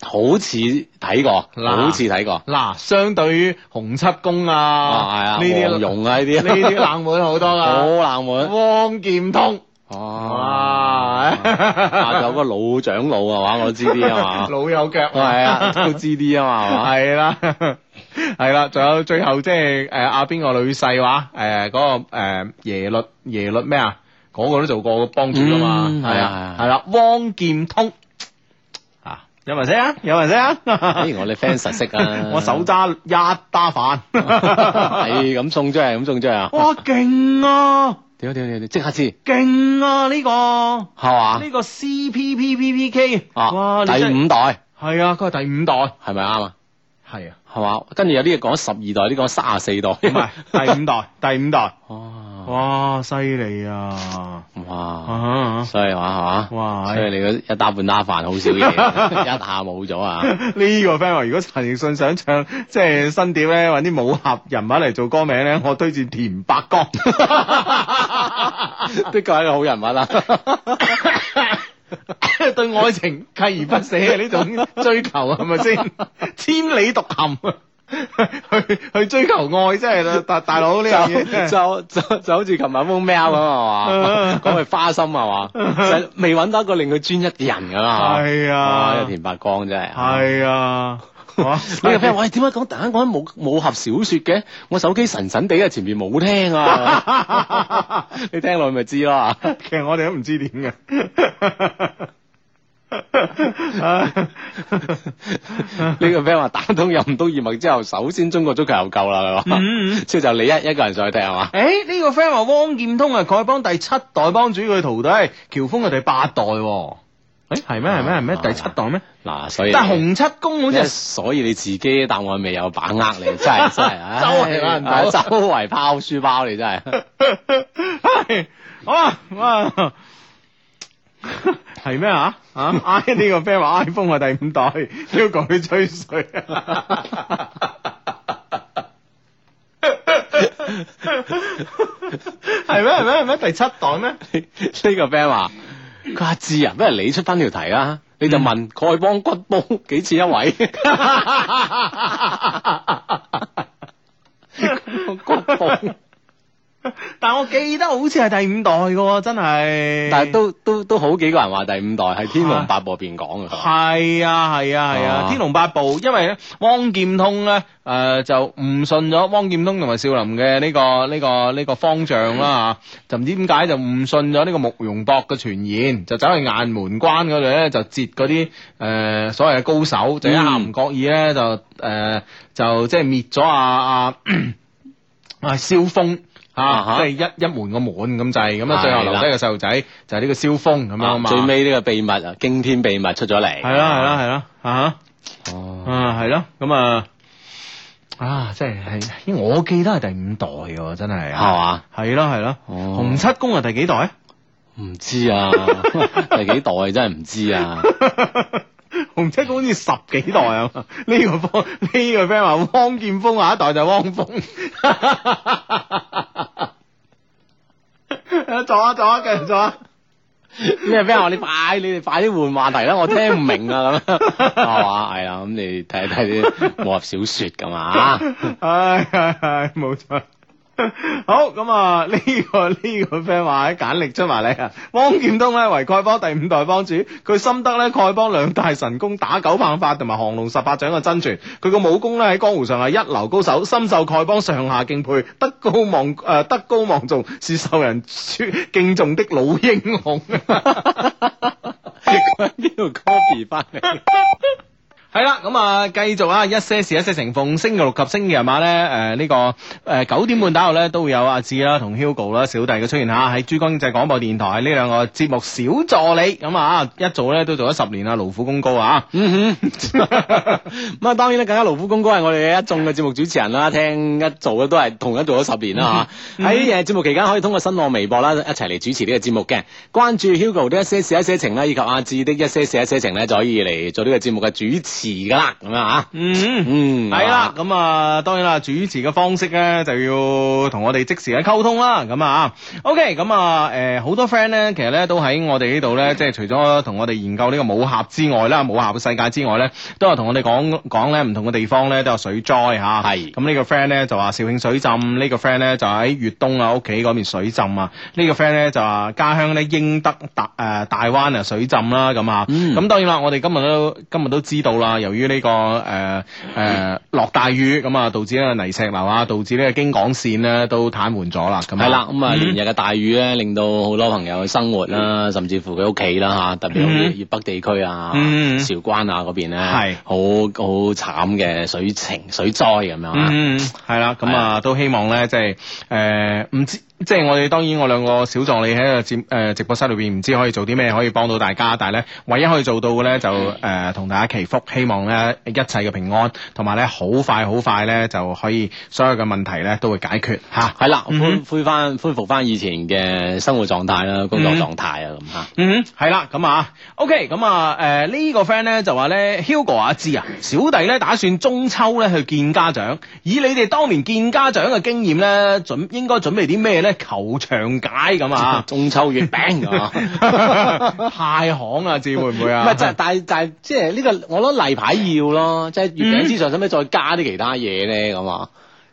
C: 好似睇過，
A: 嗱
C: 好似睇過。
A: 嗱，相對於洪七公啊，
C: 啊，
A: 呢
C: 係啊，
A: 啲
C: 黃蓉啊，呢
A: 呢
C: 啲
A: 啲冷門好多
C: 好
A: 噶。
C: 冷門。
A: 汪劍通，
C: 哦哇！
A: 哇，
C: 啊，仲有個老長老啊嘛，我知啲 啊嘛。
A: 老友腳
C: 系啊，都知啲啊嘛，係嘛
A: 系哦啦，系啦，仲有最後即係诶阿邊個女婿話诶嗰個诶耶律耶律咩啊？嗰個都做過幫主噶嘛，
C: 嗯
A: 係
C: 係啊
A: 啊，係啦，汪劍通啊，有人識啊？有人識啊？，
C: 哎，我哋 friend 實識啊
A: 我 手揸一打飯，
C: 係咁送出去，咁送出去啊！
A: 哇，勁啊，
C: 屌屌屌，屌即刻知
A: 勁啊呢個
C: 係嘛
A: 呢個 C P P P P K，哇，
C: 啊？
A: 你
C: 第
A: 真係
C: 五代
A: 係啊，佢係第五代，
C: 係咪啱啊？
A: 係啊，
C: 係嘛？跟住有啲嘢講十二代，啲講三十四代，
A: 唔係第五代，第五代。
C: 哇
A: 哇，犀利啊！
C: 哇！
A: 啊
C: 所以話係嘛？
A: 哇！哎
C: 所以
A: 呢
C: 你嗰一打半打飯好少嘢，一下冇 咗啊！
A: 個 friend 話如果陳奕迅想唱即係新碟咧，揾啲武俠人物嚟做歌名咧，我推薦田伯光。
C: 的確係一個好人物啊！
A: 對愛情契而不捨嘅呢種追求係咪先？千里獨行，去去追求愛，真係大大佬呢樣嘢真係。
C: 就就就好似琴晚封 mail 咁啊嘛，講佢花心啊嘛，就未揾到一個令佢專一嘅人噶嘛。
A: 係
C: 哇！
A: 啊，
C: 田伯光真係。
A: 係啊，哇
C: 呢個 friend 話喂，點解講突然間講武武俠小説嘅？我手機神神地啊，前面冇聽啊！ 你聽落去咪知咯。
A: 其實我哋都唔知點 嘅。
C: 呢個 friend 話打通任督二脈之後，首先中國足球又夠啦，係嘛？
A: 嗯，
C: 即係就你一一個人上去踢係嘛？
A: 诶，呢個 friend 話汪劍通係丐幫第七代幫主，佢徒弟係喬峰係第八代喎。诶，系咩？系咩？系咩？
C: 啊
A: 第七代咩？
C: 嗱，所以
A: 但系洪七公好
C: 即
A: 似
C: 係
A: 系
C: 所以你自己答案未有把握，你真係真係，唉
A: 周圍玩唔到
C: 唉周圍拋書包，你真係。
A: 係哇哇，系咩啊？啊 i 呢個 friend 話 iPhone 係第五代，Hugo 去吹水。啊係咩？係咩？係咩？第七代 咩？
C: 呢個 friend 話：佢阿志啊，不如你出翻條題啦，你就
A: 嗯
C: 問丐幫骨煲幾錢一位？骨煲，
A: 但我記得好似係第五代嘅喎，真係。
C: 但係都都都好幾個人話第五代係《天龍八部》入邊講嘅。
A: 係啊係啊係啊，
C: 啊
A: 天龍八部》因為咧汪劍通咧誒、呃就唔信咗汪劍通同埋少林嘅呢、個呢、個呢、個方丈啦嚇，就唔知點解就誤信咗呢個慕容博嘅傳言，就走去雁門關嗰度咧就截嗰啲誒所謂嘅高手，就一下唔覺意咧就誒、呃就即係滅咗啊 啊啊蕭峰。
C: 啊
A: 啊，
C: 哈
A: 即係一一門個門咁滯，咁啊最後留低個細路仔就係呢個蕭峰咁樣啊
C: 啊
A: 嘛。
C: 最尾呢個秘密啊，驚天秘密出咗嚟。
A: 係啦係啦係啦，啊！
C: 哦。
A: 啊，系咯，咁啊，啊，真系系，因為我記得係第五代嘅，真係，啊
C: 係嘛？
A: 係咯係咯，
C: 哦
A: 洪七公係啊第幾 代？
C: 唔知 啊，第幾代真係唔知 啊。
A: 洪七公好似十幾代啊嘛， 呢個方呢個 friend 話汪劍鋒啊下一代就係汪 峰，坐啊坐啊，繼續坐啊！
C: 咩咩啊話你快，你哋快啲換話題啦，我聽唔明啊咁樣，係嘛？係啊，咁你睇睇啲武俠小説咁啊。
A: 唉，係係冇錯。好咁啊！呢、個 呢、個 friend 話喺簡歷出埋嚟啊，汪劍東咧為丐幫第五代幫主，佢深得咧丐幫兩大神功打九棒法同埋降龍十八掌嘅真傳，佢個武功咧喺江湖上係一流高手，深受丐幫上下敬佩，德高望 誒、呃德高望重，是受人敬重的老英 雄。
C: 佢喺 呢度 copy 翻嚟。
A: 系啦，咁啊，繼續啊，一些事一些情，逢星期六及星期日晚咧，誒、呢、個誒九、點半打後咧，都會有阿志啦、同 Hugo 啦、小弟嘅出現嚇，喺珠江經濟廣播電台呢兩個節目小助理，咁啊，一做咧都做咗十年啊，勞苦功高啊，
C: 嗯哼， 咁啊，當然咧，更加勞苦功高係我哋嘅一眾嘅節目主持人啦，聽一做嘅都係同一做咗十年啦
A: 嗯
C: 嚇。喺誒節目期間，可以通過新浪微博啦，一齊嚟主持呢個節目嘅。關注 Hugo 的一些事一些情啦，以及阿志的一些事一些情咧，就可以嚟做呢個節目嘅主持噶啦，咁樣嚇。
A: 嗯。
C: 嗯，
A: 系啦，，咁啊，當然啦，主持嘅方式咧就要同我哋即時嘅溝通啦，咁啊，OK，咁啊，诶、好多 friend 咧，其實咧都喺我哋呢度咧，即係除咗同我哋研究呢個武俠之外啦，武俠嘅世界之外咧，都有同我哋講講咧唔同嘅地方咧都有水災吓，
C: 係
A: 咁呢個 friend 咧就話肇慶水浸，呢、個 friend 咧就喺粵東啊屋企嗰邊水浸啊，呢、個 friend 咧就話家鄉咧英德大誒、呃大灣啊水浸啦咁啊，咁、
C: 嗯
A: 當然啦，我哋今日都今日都知道啦，由於呢、個誒誒落大雨咁啊，導致呢個泥石流啊，導致呢個京港線咧都癱瘓咗啦，咁啊
C: 係啦，咁啊，
A: 嗯
C: 連日嘅大雨咧，令到好多朋友嘅生活啦，甚至乎佢屋企啦嚇，特別好似
A: 嗯
C: 粵北地區啊、
A: 嗯
C: 韶關啊嗰邊咧，
A: 係
C: 好好慘嘅水情、水災咁樣啊。
A: 嗯，系啦，咁啊，都希望咧，即係诶，唔、知即係我哋當然我兩個小助理喺個節诶直播室裏边，唔知可以做啲咩可以幫到大家，但係咧，唯一可以做到嘅咧就诶同、大家祈福，希望咧一切嘅平安，同埋咧好快好快咧就可以所有嘅問題咧都會解決吓。
C: 係啦，
A: 嗯
C: 恢
A: 哼
C: 恢翻恢復翻以前嘅生活狀態啦、工作狀態啊咁嚇。，
A: 嗯，系啦，咁啊，OK，咁啊，诶、呢、個 friend 咧就話咧，Hugo 阿芝啊，小弟咧打算中秋咧去見家長，以你哋當年見家長嘅經驗咧，準應該準備啲咩咧？求長解咁啊
C: 中秋月餅 咁啊。
A: 太行啊，志會唔會
C: 唔
A: 啊？
C: 係就係，但係但係即係呢個，我覺得例牌要咯，即係月餅之上，使唔使再加啲其他嘢咧？咁啊，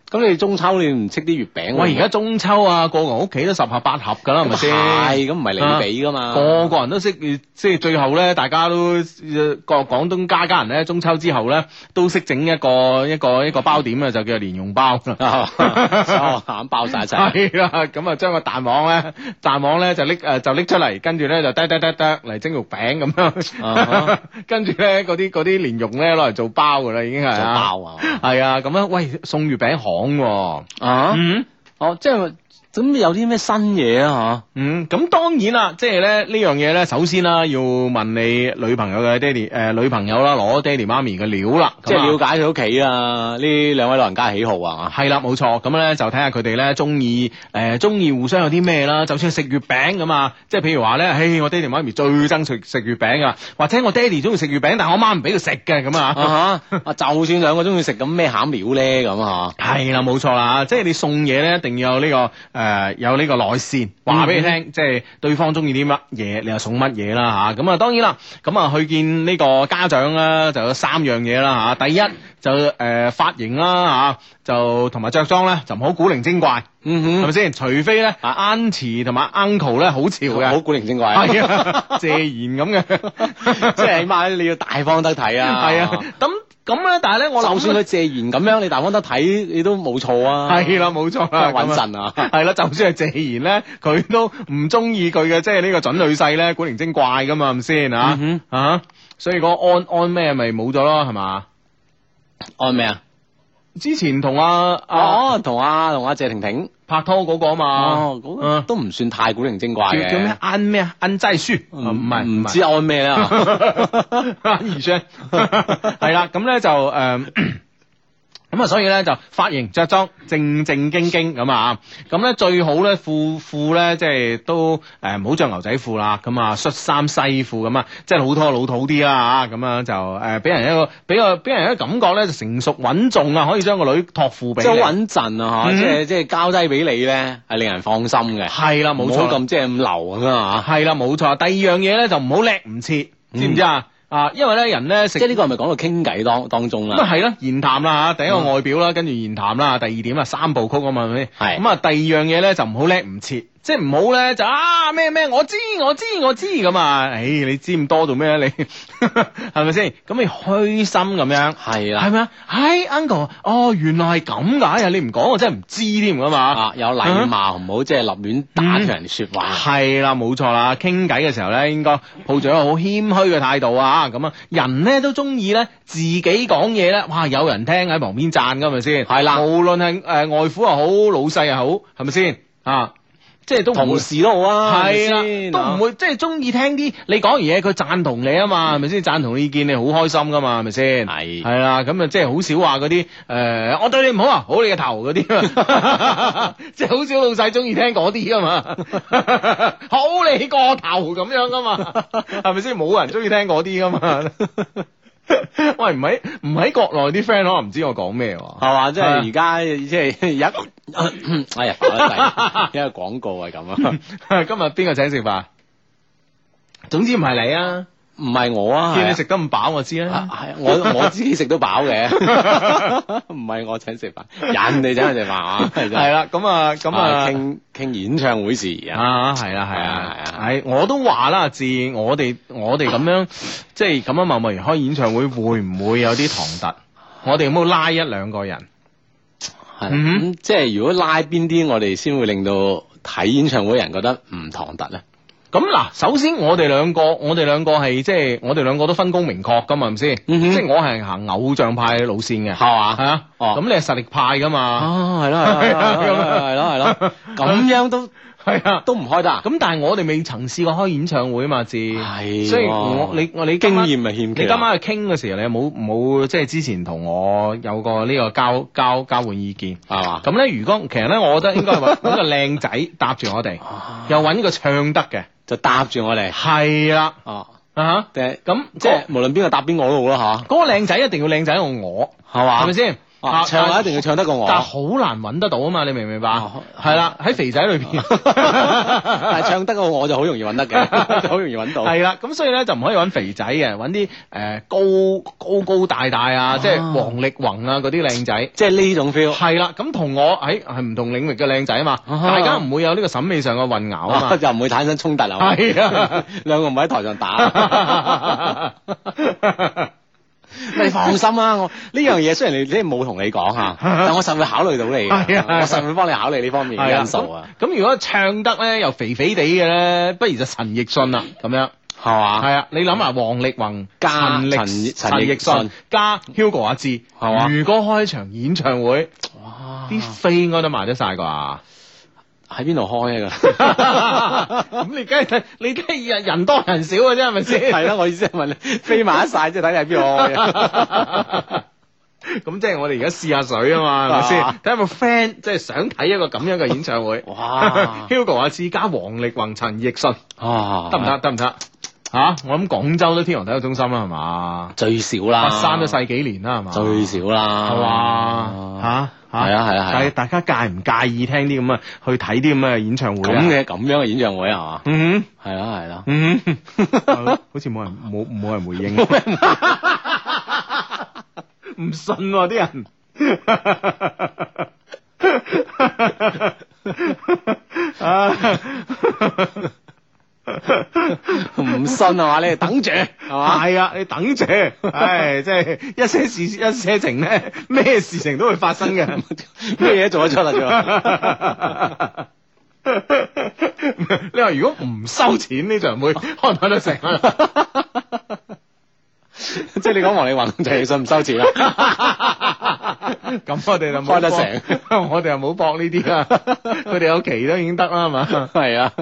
C: 咁你中秋你唔識啲月餅喎？
A: 喂，而家中秋啊，個個屋企都十盒八盒㗎啦，係咪先？
C: 係咁啊唔係你俾噶嘛？
A: 個個人都識，即係最後咧，大家都呃個廣東家家人咧，中秋之後咧，都識整一個一個一個包點啊，就叫蓮蓉包啦。
C: 啊，所有餡包晒一齊。
A: 係啦，咁啊將個蛋黃咧，蛋黃咧就拎誒就拎出嚟，跟住咧就得得得得嚟蒸肉餅咁
C: 啊
A: 樣， 跟住咧嗰啲嗰啲蓮蓉咧攞嚟做包噶啦，已經係
C: 做
A: 啊，
C: 包啊！
A: 係啊，咁樣喂送月餅行喎，
C: 啊，
A: 嗯，
C: 哦，即係咁有啲咩新嘢啊？
A: 嗯，咁當然啦，即係咧呢樣嘢咧，首先啦，要問你女朋友嘅爹哋誒、女朋友啦，攞爹哋媽咪嘅料啦，
C: 吓，即係
A: 咁啊
C: 了解佢屋企啊，呢兩位老人家嘅喜好啊，
A: 係啦，冇錯，咁咧就睇下佢哋咧中意誒中意互相有啲咩啦，就算係食月餅咁啊，即係譬如話咧，嘿，我爹哋媽咪最憎食食月餅噶，或者我爹哋中意食月餅，但我媽唔俾佢食嘅咁啊。
C: 啊吓，啊就算兩個中意食咁咩餡料咧，咁啊
A: 係啦，冇錯啦，即係你送嘢咧，一定要有呢、個誒、有呢個內線，話俾你聽，即係對方中意啲乜嘢，你又送乜嘢啦吓。咁啊，當然啦，咁啊去見呢個家長啦，就有三樣嘢啦吓。第一就誒、髮型啦吓、就同埋着裝咧就唔好古靈精怪，係
C: 嗯
A: 咪先？除非咧阿 Auntie 同埋 Uncle 咧好潮
C: 哼，
A: 嘅
C: 好，古靈精怪啊，
A: 係啊， 謝賢咁 嘅，
C: 即係起碼你要大方得體啊，
A: 係啊。咁咁咧，但係咧我
C: 就
A: 諗
C: 算佢借言咁樣，你大方得睇，你都冇錯啊。
A: 係啦，冇錯啦，
C: 真係穩陣啊
A: 咁係啦，就算係謝賢咧，佢都唔中意佢嘅，即係呢個準女婿咧，古靈精怪噶嘛，係咪先啊？
C: 嗯
A: 啊，所以個安安咩咪冇咗咯，係嘛？哦
C: 按咩啊？
A: 之前同阿阿
C: 哦，同阿同阿謝婷婷，
A: 拍拖嗰個啊嘛
C: 哦，，嗰個
A: 嗯
C: 都唔算太古靈精怪
A: 叫
C: 嘅。
A: 叫咩？？安咩啊？安齋書
C: 嗯
A: 啊唔係
C: 唔
A: 係啊
C: 知按咩啦。
A: 二 張啊係啦，咁咧就 誒。咁啊，所以咧就髮型、着裝正正經經咁啊，咁咧最好咧褲褲咧即係都誒唔好着牛仔褲啦，咁啊恤衫西褲咁啊，即係老拖老土啲啦嚇，咁啊就誒俾人一個俾個俾人一個感覺咧就成熟穩重啊，可以將個女托付俾
C: 即係好
A: 你。
C: 穩陣啊！
A: 嗯
C: 嚇，即係即係交低俾你咧，係令人放心嘅。
A: 係啦，冇
C: 唔
A: 錯
C: 好
A: 啦
C: 咁即係咁流咁啊！
A: 係啦，冇錯。第二樣嘢咧就唔好叻唔切，知唔知啊？
C: 嗯
A: 啊，因為咧人咧食
C: 即係呢個係咪講到傾偈當當中
A: 咁啊
C: 啦？
A: 係嗯啦，言談啦啊嚇，第一個外表啦，跟住言談啦，第二點啊三部曲啊嘛，係咪？
C: 係
A: 咁啊，第二樣嘢咧就唔好叻唔切，即係唔好咧就啊咩咩，我知我知我知咁啊，唉，你知咁多做咩啊你？ 係咪先？咁你虛心咁樣。
C: 係
A: 係
C: 啦，
A: 咪啊？唉、uncle，哦，原來係咁㗎！哎呀，你唔講我真係唔知添㗎嘛。
C: 啊有禮貌，唔好即係立亂打斷人哋説話。
A: 係啦，冇錯啦。傾偈嘅時候咧，應該抱住一個好謙虛嘅態度啊。咁啊，人咧都中意咧自己講嘢咧，哇，有人聽喺旁邊讚㗎係咪先？
C: 係啦
A: 無論係誒外父又好，老細又好，係咪先啊？即係都唔會
C: 同事都好啊，
A: 係啦，
C: 咪先
A: 都唔會即係中意聽啲你講完嘢佢贊同你啊嘛，係咪先贊同你意見你好開心噶嘛，係咪先？
C: 嗯係
A: 係啦，咁啊即係好少話嗰啲誒，我對你唔好啊，好你個頭嗰 啲，啊即係好少老細中意聽嗰啲噶嘛， 好你個頭咁樣噶嘛，係咪先？冇人中意聽嗰啲噶嘛。 喂，唔喺唔喺國內啲 friend 可能唔知我講咩喎。
C: 係嘛？即
A: 係啊
C: 係而家即係有一個 哎呀， 發咗底有一個廣告係咁啊，
A: 今日邊個請食飯？總之唔係你啊！
C: 唔係我啊，
A: 見你
C: 係啊
A: 食得咁飽，我知
C: 啊
A: 啦。
C: 係啊我我自己食都飽嘅， 唔係我請食飯，人哋請我食飯啊，係
A: 係啦，咁啊，咁
C: 咁啊，
A: 啊。
C: 傾傾演唱會事宜啊，
A: 啊，係啦，係
C: 啊
A: 啊
C: 係，啊
A: 係，我都話啦，自我哋我哋咁樣，即係咁樣貿貿然開演唱會，會唔會有啲唐突？我哋有冇拉一兩個人？
C: 係
A: 嗯
C: 咁即係如果拉邊啲，我哋先會令到睇演唱會嘅人覺得唔唐突咧。
A: 咁嗱，首先我哋兩個，我哋兩個係即係我哋兩個都分工明確噶嘛，係咪先？
C: 嗯哼
A: 即係我係行偶像派路線嘅，係
C: 嘛
A: 啊，
C: 哦
A: 咁你係實力派噶嘛？
C: 哦，係咯， 係咯，係咯，係咯，係咯，咁樣都
A: 係啊，
C: 都唔開得啊？
A: 咁但係我哋未曾試過開演唱會嘛，至
C: 係喎
A: 所以我你我你今
C: 經
A: 晚
C: 驗咪欠缺
A: 你
C: 啊。
A: 今晚去傾嘅時候，你有冇冇即係之前同我有個呢個交交交換意見？
C: 係嘛？
A: 咁咧，如果其實咧，我覺得應 該係揾揾個靚仔搭住我哋，
C: 啊
A: 又揾個唱得嘅，
C: 就搭住我哋
A: 係啦
C: 哦，
A: 啊
C: 即係
A: 嚇咁
C: 即
A: 即
C: 係
A: 係
C: 無論邊個搭邊個都好啦
A: 嗰個靚仔一定要靚仔過我，
C: 嚇，係嘛？
A: 係咪先？
C: 啊？唱啊，一定要
A: 要。
C: 唱得過我。
A: 但係好難揾得到啊嘛，你明唔明白？
C: 哦
A: 係啦，喺肥仔裏邊。
C: 但係唱得過我就好容易揾得嘅， 就好容易揾到。
A: 係啦，咁所以咧就唔可以揾肥仔嘅，揾啲誒高高高大大啊，即係王力宏啊嗰啲靚仔。
C: 即係呢種 feel。
A: 係啦，咁同我喺係唔同領域嘅靚仔啊嘛，
C: 啊
A: 大家唔會有呢個審美上嘅混淆啊嘛。
C: 就唔會產生衝突啊！
A: 係啊，
C: 兩個唔喺台上 打。
A: 啊
C: 你放心啦，我呢樣嘢雖然你即係冇同你講 嚇，但我實會考慮到你嘅，
A: 係啊係啊
C: 我實會幫你考慮呢方面嘅因素
A: 咁
C: 啊，
A: 咁如果唱得咧又肥肥地嘅咧，不如就陳奕迅啦，咁樣
C: 係嘛？
A: 係啊。你諗下王力宏
C: 加
A: 陳
C: 陳
A: 奕
C: 陳
A: 陳奕
C: 奕迅
A: 迅加 Hugo 阿志，
C: 係嘛啊
A: 如果開場演唱會，
C: 哇！
A: 啲飛應該都賣得晒啩？
C: 喺邊度開 啊？
A: 咁你梗係你梗係人人多人少嘅啫，係咪先？
C: 咁係啦，啊我意思係問你飛埋一晒，即係睇你喺邊度開啊。
A: 咁即係我哋而家試下水啊嘛，係咪先？
C: 啊
A: 睇下有冇 friend 即係想睇一個咁樣嘅演唱 會。
C: 哇
A: Hugo 啊，志嘉、王力宏、陳奕迅，
C: 啊
A: 得唔得？？得唔得？吓，我諗廣州都天河體育中心啦，係嘛？
C: 最少啦，
A: 佛山都細幾年啦，係嘛？
C: 啊最少啦，
A: 係嘛？吓吓，
C: 係啊係啊係啊
A: 但係大家介唔介意聽啲咁嘅去睇啲咁嘅演唱會啊
C: 咁，嘅咁樣嘅演唱會係嘛？
A: 嗯
C: 係啦係啦
A: 哼，嗯哼，好似冇人冇冇人回應，唔信喎啲人。啊！
C: 唔信係嘛？你哋等住係嘛？
A: 系啊，你等住，唉，即係一些事一些情咧，咩事情都會發生嘅，
C: 咩嘢做 得出啦？啊啫？
A: 你話如果唔收錢呢場會，可唔可得成啊？
C: 即係你講王力宏就係信唔收錢 啦，
A: 咁我哋就冇
C: 開得
A: 搏
C: 成，
A: 我哋又冇搏呢啲 啦。佢哋有期都已經得啦，係嘛？
C: 係啊，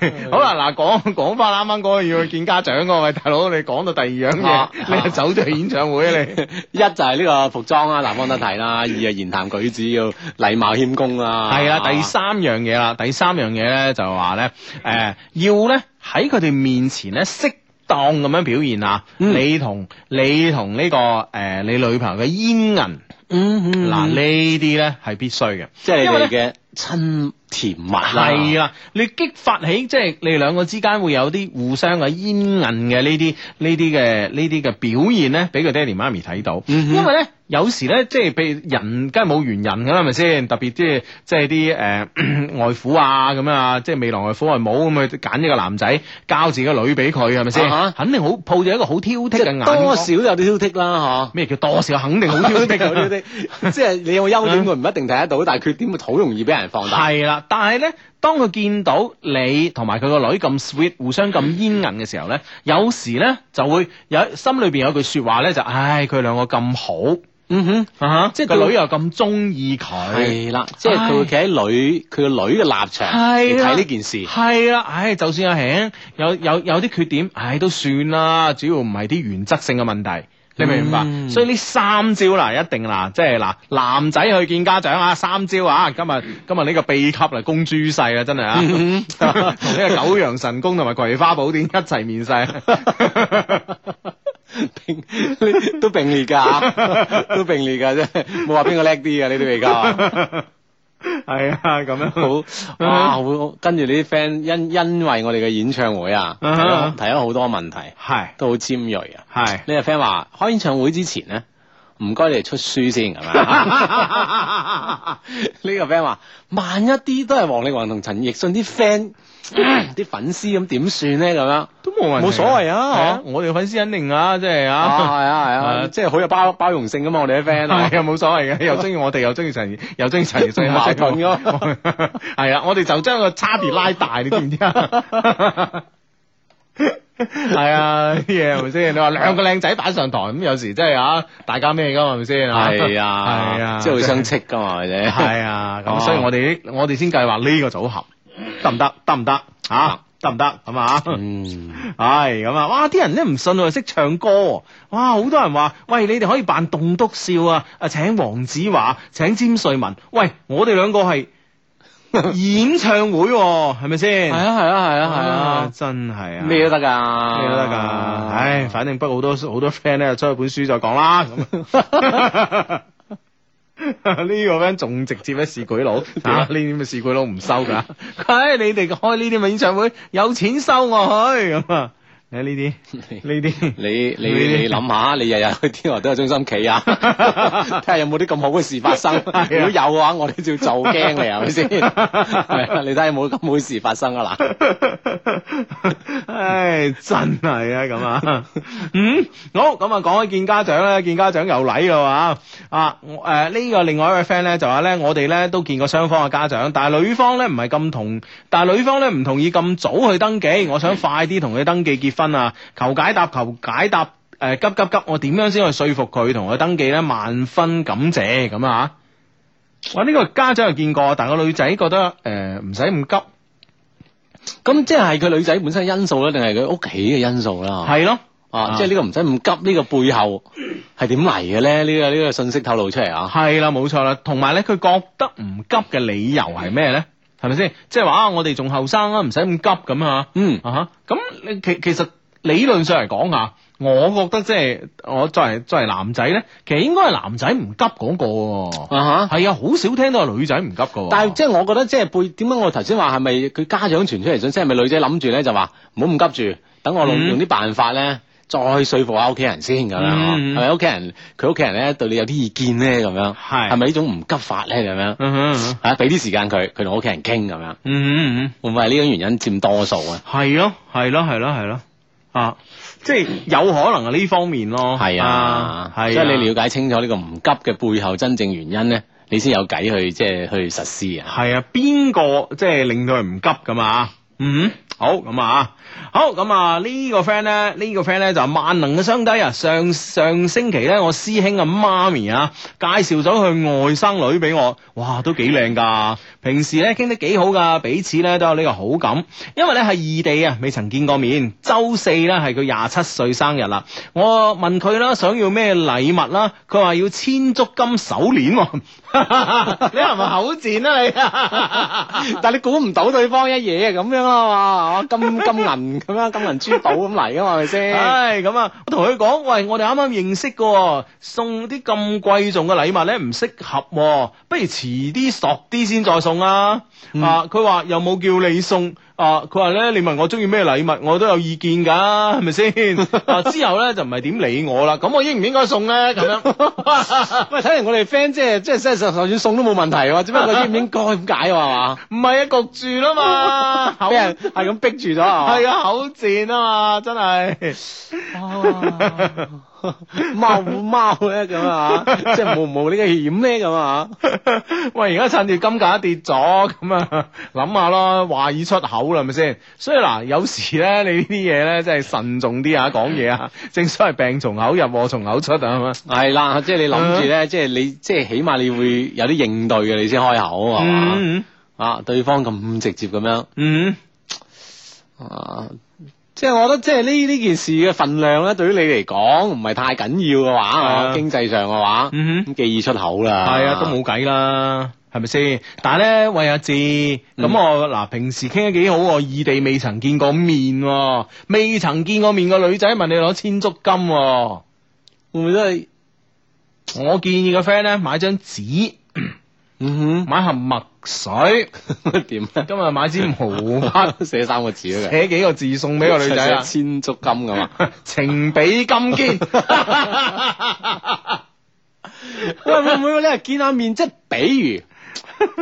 A: 系好啦，嗱講講翻啱啱嗰個要去見家長嗰個喂，大佬你講到第二樣嘢
C: 啊，
A: 你係走咗去演唱會啊你。
C: 一就係呢個服裝啦，男方得體啦；二係言談舉止要禮貌謙恭啦。
A: 係啦，第三樣嘢啦，第三樣嘢咧就係話咧，诶、要咧喺佢哋面前咧適當咁樣表現啊、
C: 嗯
A: 你同你同呢、個诶、誒你女朋友嘅煙韌，
C: 嗯嗯
A: 嗱、
C: 嗱，
A: 呢啲咧係必須嘅。
C: 即係你
A: 因為
C: 哋
A: 咧
C: 嘅親甜蜜啦，
A: 係啦，你激發起即係你哋兩個之間會有啲互相嘅煙韌嘅呢啲呢啲嘅呢啲嘅表現咧，俾佢爹哋媽咪睇到。
C: 嗯哼
A: 因為咧有時咧即係譬如人梗係冇完人㗎啦，係咪先？特別即係即係啲誒外父啊咁啊，即係未來外父外母咁去揀一個男仔交自己個女俾佢係咪先
C: 啊哈？
A: 肯定好抱住一個好挑剔
C: 即
A: 嘅眼
C: 係
A: 光。
C: 多少有啲挑剔啦，
A: 咩叫多少？肯定 好
C: 嗬。
A: 挑剔嘅，
C: 有啲挑剔， 即係你有優點佢唔一定睇得到，但係缺點佢好容易俾人放大。
A: 係啦，但係咧，當佢見到你同埋佢個女咁 sweet，互相咁煙韌嘅時候咧，有時咧就會有心裏邊有句説話咧，就唉佢兩個咁好，
C: 嗯哼。
A: 啊、即係
C: 佢
A: 個女又咁中意佢。
C: 係啦，即係佢會企喺女佢個女嘅立場
A: 係
C: 嚟
A: 啦
C: 睇呢 件事。
A: 係啦，唉，就算有輕有有有啲缺點，唉都算啦，主要唔係啲原則性嘅問題。你明唔明白？
C: 嗯
A: 所以呢三招嗱，一定嗱，即係嗱，男仔去見家長啊，三招啊，今日今日呢個秘笈嚟公諸世啊，真係 啊！同呢個九陽神功同埋葵花寶典一齊面世，啊
C: 並都並 列㗎，都並列㗎，啫，冇話邊個叻啲㗎，呢啲比較
A: 係啊，咁樣好
C: 好哇！好跟住呢啲 friend 因因為我哋嘅演唱會啊，
A: 嗯哼
C: 睇咗好多問題，
A: 係
C: 都好尖鋭啊！
A: 係。
C: 呢個 friend 話開演唱會之前咧，唔該你哋出書先咁樣。呢個 friend 話：萬一啲都係王力宏同陳奕迅啲 friend 啲粉絲咁點算咧？咁樣。
A: 都冇問題，
C: 冇所謂
A: 係
C: 啊嚇
A: 我哋嘅粉絲肯定啊，即係
C: 啊，
A: 啊。
C: 係啊，係
A: 係
C: 啊，即係好有包包容性噶嘛，我哋啲 friend 啊
A: 係啊，冇所謂嘅，又中意我哋，又中意陳，又中意 陳奕迅，
C: 矛盾㗎
A: 咯。 係啊，我哋就將個差別拉大，你知唔知啊？ 係啊，啲嘢係咪先？你 話兩個靚仔擺上台，咁有時真係啊，大家咩㗎嘛，係咪先？
C: 係啊，
A: 係啊，
C: 即係會相斥噶嘛，或者
A: 係啊，咁
C: 哦
A: 所以我哋呢我哋先計劃呢個組合得唔得？得唔得？吓得唔得？咁啊？
C: 嗯，
A: 係咁啊！哇！啲人咧唔信我哋識唱歌喎，哇！好多人話：喂，你哋可以扮棟篤笑啊！啊，請黃子華，請詹瑞文。喂，我哋兩個係演唱會喎，係咪
C: 係
A: 先？
C: 啊，係啊，係啊，係啊，
A: 真係啊！
C: 咩都得㗎，
A: 咩都得㗎，唉，反正不過好多好多 friend 咧出咗本書再講啦。咁 呢個 friend 仲直接咧市儈 佬，啊呢啲咁嘅市儈佬唔收㗎。佢 唉你哋開呢啲咁嘅演唱會有錢收我去咁啊！你呢啲 呢啲。
C: 你你你諗下，你日日去天河都有中心 企啊，睇下有冇啲咁好嘅事發生。如
A: 啊
C: 果有嘅話，我哋就做驚你係咪 先？係啊，你睇下有冇咁好嘅事發生啊嗱。
A: 唉，真係啊咁啊，嗯，好咁啊，講起見家長咧，見家長有禮嘅話啊，誒、呃呢、個另外一位 friend 咧就話咧，我哋咧都見過雙方嘅家長，但係女方咧唔係咁同，但係女方咧唔同意咁早去登記，我想快啲同佢登記結婚啊，求解答，求解答，誒、急急急，我點樣先去說服佢同佢登記咧？萬分感謝咁啊！我呢個家長又見過，但個女仔覺得誒唔使咁急，
C: 咁即係佢女仔本身嘅因素咧，定係佢屋企嘅因素啦？
A: 係咯。
C: 啊，即係呢個唔使咁急，呢、個背後係點嚟嘅咧？呢、個呢、個信息透露出嚟啊！
A: 係啦，冇錯啦。同埋咧，佢覺得唔急嘅理由係咩咧？係咪先？即係話啊，我哋仲後生啊，唔使咁急咁啊。
C: 嗯，
A: 啊哈！咁你其其實理論上嚟講啊，我覺得即係我作為作為男仔咧，其實應該係男仔唔急嗰個喎。
C: 啊吓。
A: 係啊，好少聽到係女仔唔急噶喎。
C: 但係即係我覺得即係背點解我頭先話係咪佢家長傳出嚟信息係咪女仔諗住咧就話唔好咁急住，等我用
A: 嗯
C: 用啲辦法咧再說服下屋企人先咁樣啊，係
A: 嗯
C: 咪屋企人佢屋企人咧對你有啲意見咧咁樣，
A: 係
C: 係咪呢種唔急法咧咁樣？
A: 嗯哼嗯哼
C: 啊，俾啲時間佢，佢同屋企人傾咁樣，
A: 嗯哼嗯哼。
C: 會唔會係呢種原因佔多數啊？
A: 係咯，係咯，係咯，係咯，啊，即係有可能係呢方面咯，
C: 係啊，
A: 係啊，
C: 所以你了解清楚呢個唔急嘅背後真正原因咧，你先有計去即係去實施啊。
A: 係啊，邊個即係令到佢唔急噶嘛？嗯，好咁啊，好咁啊，呢個 friend 咧，呢個 friend 咧就係萬能嘅雙低啊！上上星期咧，我師兄嘅媽咪啊，介紹咗佢外甥女俾我，哇，都幾靚噶！平時咧傾得幾好噶，彼此咧都有呢個好感，因為咧係異地啊，未曾見過面。周四咧係佢廿七歲生日啦，我問佢啦，想要咩禮物啦，佢話要千足金手鏈喎， 你係咪口賤啊你？
C: 但你估唔到對方一嘢咁樣啊嘛， 金金銀咁樣，金銀珠寶咁嚟噶嘛，係咪先？
A: 唉，咁啊，我同佢講，喂，我哋啱啱認識嘅喎，送啲咁貴重嘅禮物咧，唔適合喎，不如遲啲索啲先再送啊。啊，佢話又冇叫你送。啊！佢話咧，你問我中意咩禮物，我都有意見㗎，係咪先？啊之後咧就唔係點理我啦。咁我應唔應該送咧？咁樣
C: 喂，睇嚟我哋 friend 即係即係即係就算送都冇問題喎，只不過應唔應該咁解喎係嘛？
A: 唔係啊，焗住啦嘛， 口
C: 俾人係咁逼住咗啊！
A: 係啊，口賤啊嘛，真係。
C: 貓貓咧咁啊，即係冇冇呢個險咧咁啊？
A: 喂，而家趁住金價跌咗，咁啊諗下咯，話已出口啦，係咪先？所以嗱，有時咧，你呢啲嘢咧，真係慎重啲啊，講嘢啊，正所謂病從口入，禍從口出啊，係嘛？
C: 係啦，即係你
A: 啊
C: 諗住咧，即係你即係起碼你會有啲應對嘅，你先開口係嘛？
A: 嗯
C: 啊，對方咁直接咁樣
A: 嗯，
C: 啊，即係我覺得即係呢呢件事嘅份量咧，對於你嚟講唔係太緊要嘅話，
A: 啊
C: 啊經濟上嘅話，
A: 嗯哼
C: 咁記意出口啦。
A: 係啊，都冇計啦。係咪先？但係咧，喂阿志，咁我嗱平時傾得幾好喎，異地未曾見過面喎，未曾見過面個女仔問你攞千足金喎，
C: 會唔會都係？
A: 我建議個 friend 咧買張紙，
C: 嗯
A: 買盒墨水。
C: 哼， 點咧？
A: 今日買支毛 筆，
C: 寫三個字啊！佢
A: 寫幾個字送俾個女仔
C: 就寫
A: 啊！
C: 千足 金噶嘛？
A: 情比金堅，
C: 喂，會唔會你係見下面，即係比如，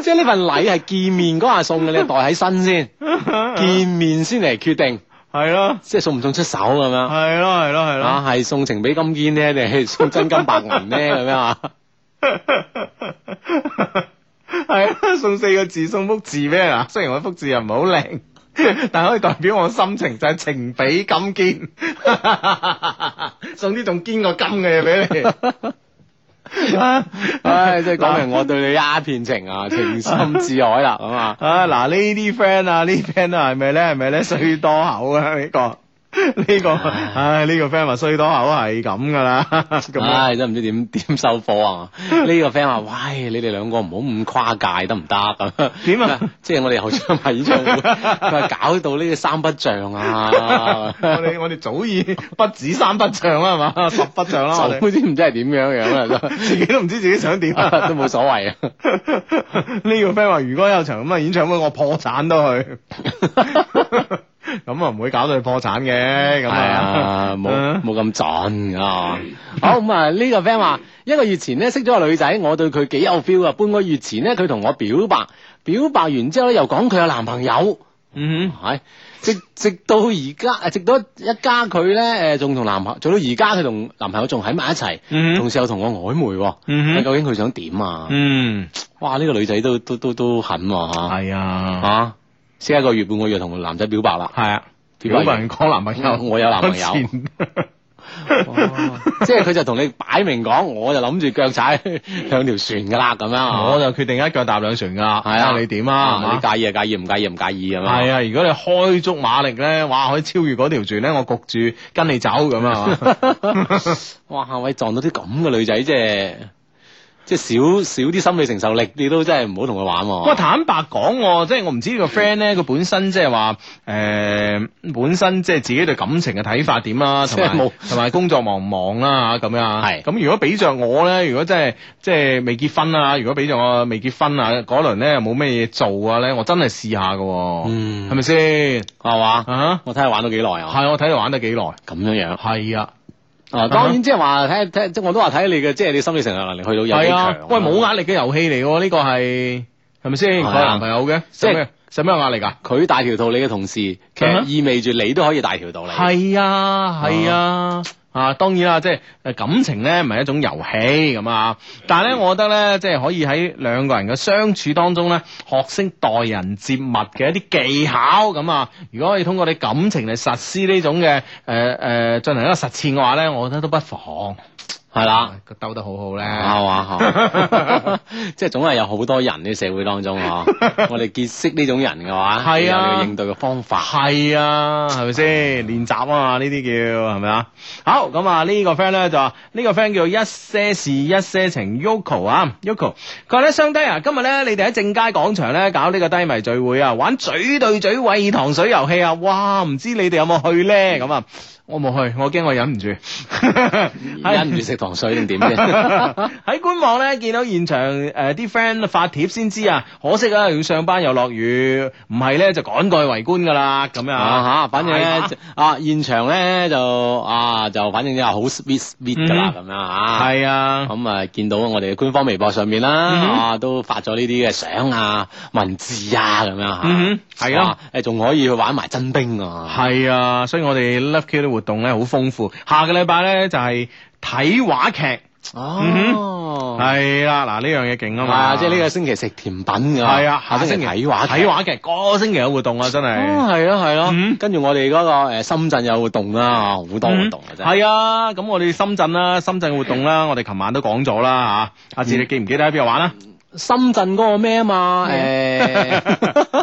C: 即係呢份禮係見面嗰下送嘅，你係袋喺 身先，
A: 啊
C: 見面先嚟決定，
A: 係咯，
C: 即係送唔送出手啊咁樣。
A: 係咯，係咯，係咯。
C: 啊，係送情比金堅呢，定係 送真金白銀呢？咁樣啊？
A: 係啊，送四個字，送幅字俾人啊！雖然我幅字又唔係好靚， 但可以代表我心情，就係情比金堅。 送啲仲堅過金嘅嘢俾你。
C: 唉，即係 講明我對你一片情啊，情深至海 啦，咁啊。
A: 啊嗱，呢啲 friend 啊，呢 friend 啊，係咪咧？係咪咧？衰多口啊！呢、個呢、個，唉，呢、個 friend 話衰多口啊係咁噶啦，咁啊樣
C: 唉，真唔知點 點收科啊！呢個 friend 話：，喂，你哋兩個唔好咁跨界得唔得？咁
A: 點 啊？
C: 即係我哋後場賣演唱 會，佢話搞到呢個三不像啊！
A: 我哋我哋早已不止三不像啦，係嘛，十不像啦，我
C: 就
A: 哋
C: 唔知唔知係點樣樣啦，
A: 自己都唔知自己想點
C: 都
A: 啊！
C: 都冇 所謂啊！
A: 呢個 friend 話：如果有場咁嘅演唱會，我破產都 去。咁啊，唔會搞到佢破產嘅，咁
C: 係
A: 啊，
C: 啊，冇冇咁準啊！好咁啊，呢個 friend 話一個月前咧識咗個女仔，我對佢幾有 feel 啊！半個月前咧，佢同我表白，表白完之後咧又講佢有男朋友。
A: 嗯
C: 係，直直到而家，啊直到一家佢咧，誒仲同男朋友，做到而家佢同男朋友仲喺埋一齊，
A: 嗯
C: 同時又同我曖昧喎。
A: 嗯哼
C: 究竟佢想點啊？
A: 嗯，
C: 哇！呢、個女仔都都都都狠喎嚇
A: 係啊，
C: 嚇，先一個月半個月同個男仔表白啦，
A: 係啊，
C: 表
A: 表
C: 白
A: 白人講男朋友，
C: 我有男朋友
A: 前
C: 即係佢就同你擺明講，我就諗住腳踩 兩條船噶啦，咁樣啊
A: 我就決定一腳踏兩船㗎，係
C: 係啊
A: 你點嗯啊？係嘛
C: 你介意啊，介意唔介意唔介意咁
A: 係啊，如果你開足馬力咧，哇，可以超越嗰條船咧，我焗住跟你走咁啊！
C: 哇！喂，撞到啲咁嘅女仔，即係即係少少啲心理承受力，你都真係唔好同佢玩喎。
A: 我坦白講喎，即係我唔知呢個 friend 咧，佢本身即係話誒，本身即係自己對感情嘅睇法點 啦，同
C: 即係
A: 埋
C: 冇
A: 同埋工作忙唔忙啦咁樣。啊
C: 係
A: 咁，如果俾着我咧，如果真係即係未結婚啊，如果俾着我未結婚啊嗰輪咧，又冇咩嘢做啊咧，我真係試下㗎喎，
C: 嗯
A: 係咪先
C: 係嘛？
A: 啊？
C: 我睇下玩到幾耐啊？
A: 係我睇你玩得幾耐？
C: 咁樣樣
A: 係啊。
C: 啊！當然即係話睇下睇下，即係我都話睇下你嘅，即係你心理承受能力去到有幾
A: 係
C: 強
A: 啊
C: 啊。，
A: 喂，冇壓力嘅遊戲嚟喎，呢個係係咪先？
C: 係
A: 佢
C: 啊
A: 有男朋友嘅，使
C: 即係
A: 咩使咩有壓力啊㗎？
C: 佢大條道理嘅同時，其
A: 嗯
C: 實
A: 哼
C: 意味住你都可以大條道理。
A: 係啊，係啊。啊，當然啦，即係誒感情咧，唔係一種遊戲咁啊。但係咧，我覺得咧，即係可以喺兩個人嘅相處當中咧，學識待人接物嘅一啲技巧咁啊。如果可以通過你感情嚟實施呢種嘅誒誒進行一個實踐嘅話咧，我覺得都不妨啊
C: 係啦，，
A: 佢兜得好好咧。
C: 係嘛係 嘛，啊即係總係有好多人呢社會當中嗬，我哋結識呢種人嘅話，
A: 係啊
C: 有你嘅應對嘅方法。
A: 系啊，系咪先練習啊嘛？呢啲叫係咪啊？好咁啊，呢個 friend 咧就話呢個 friend 叫一些事一些情 Yoko 啊，Yoko 佢話咧雙低啊，今日咧你哋喺正佳廣場咧搞呢個低迷聚會啊，玩嘴對嘴喂糖水遊戲啊，哇！唔知你哋有冇去咧？咁啊，我冇去，我驚我忍唔住，
C: 忍唔住食糖水定點啫？
A: 喺官網咧見到現場誒啲 friend 發帖先知啊，可惜啊，要上班又落雨，唔係咧就趕過去圍觀噶啦，咁樣
C: 啊吓，反正
A: 係
C: 咧
A: 嘛
C: 啊，現場咧就啊就反正就好 sweet sweet 噶啦咁樣啊。
A: 嗯係啊，
C: 咁啊，見到我哋嘅官方微博上面啦，
A: 嗯哼
C: 啊都發咗呢啲嘅相啊、文字啊咁樣嚇，
A: 嗯哼係啊
C: 哇，誒仲可以去玩埋真冰啊，
A: 係啊，所以我哋 Love Q 啲活動咧好豐富，下個禮拜咧就係睇話劇，嗯
C: 哦
A: 係啦，嗱呢樣嘢勁啊嘛，
C: 啊，即係呢個星期食甜品㗎，
A: 係啊，
C: 下
A: 下
C: 星
A: 星
C: 期
A: 期
C: 睇畫劇
A: 睇話劇，個星期有活動啊，真係。
C: 哦，係咯係咯
A: 嗯，
C: 跟住我哋嗰個誒深圳有活動啦，啊好多活動啊真係。
A: 係啊，咁我哋深圳啦，深圳嘅活動啦，我哋琴晚都講咗啦吓，
C: 嗯
A: 阿志你記唔記得喺邊度玩啊？
C: 深圳嗰個咩啊嘛， 誒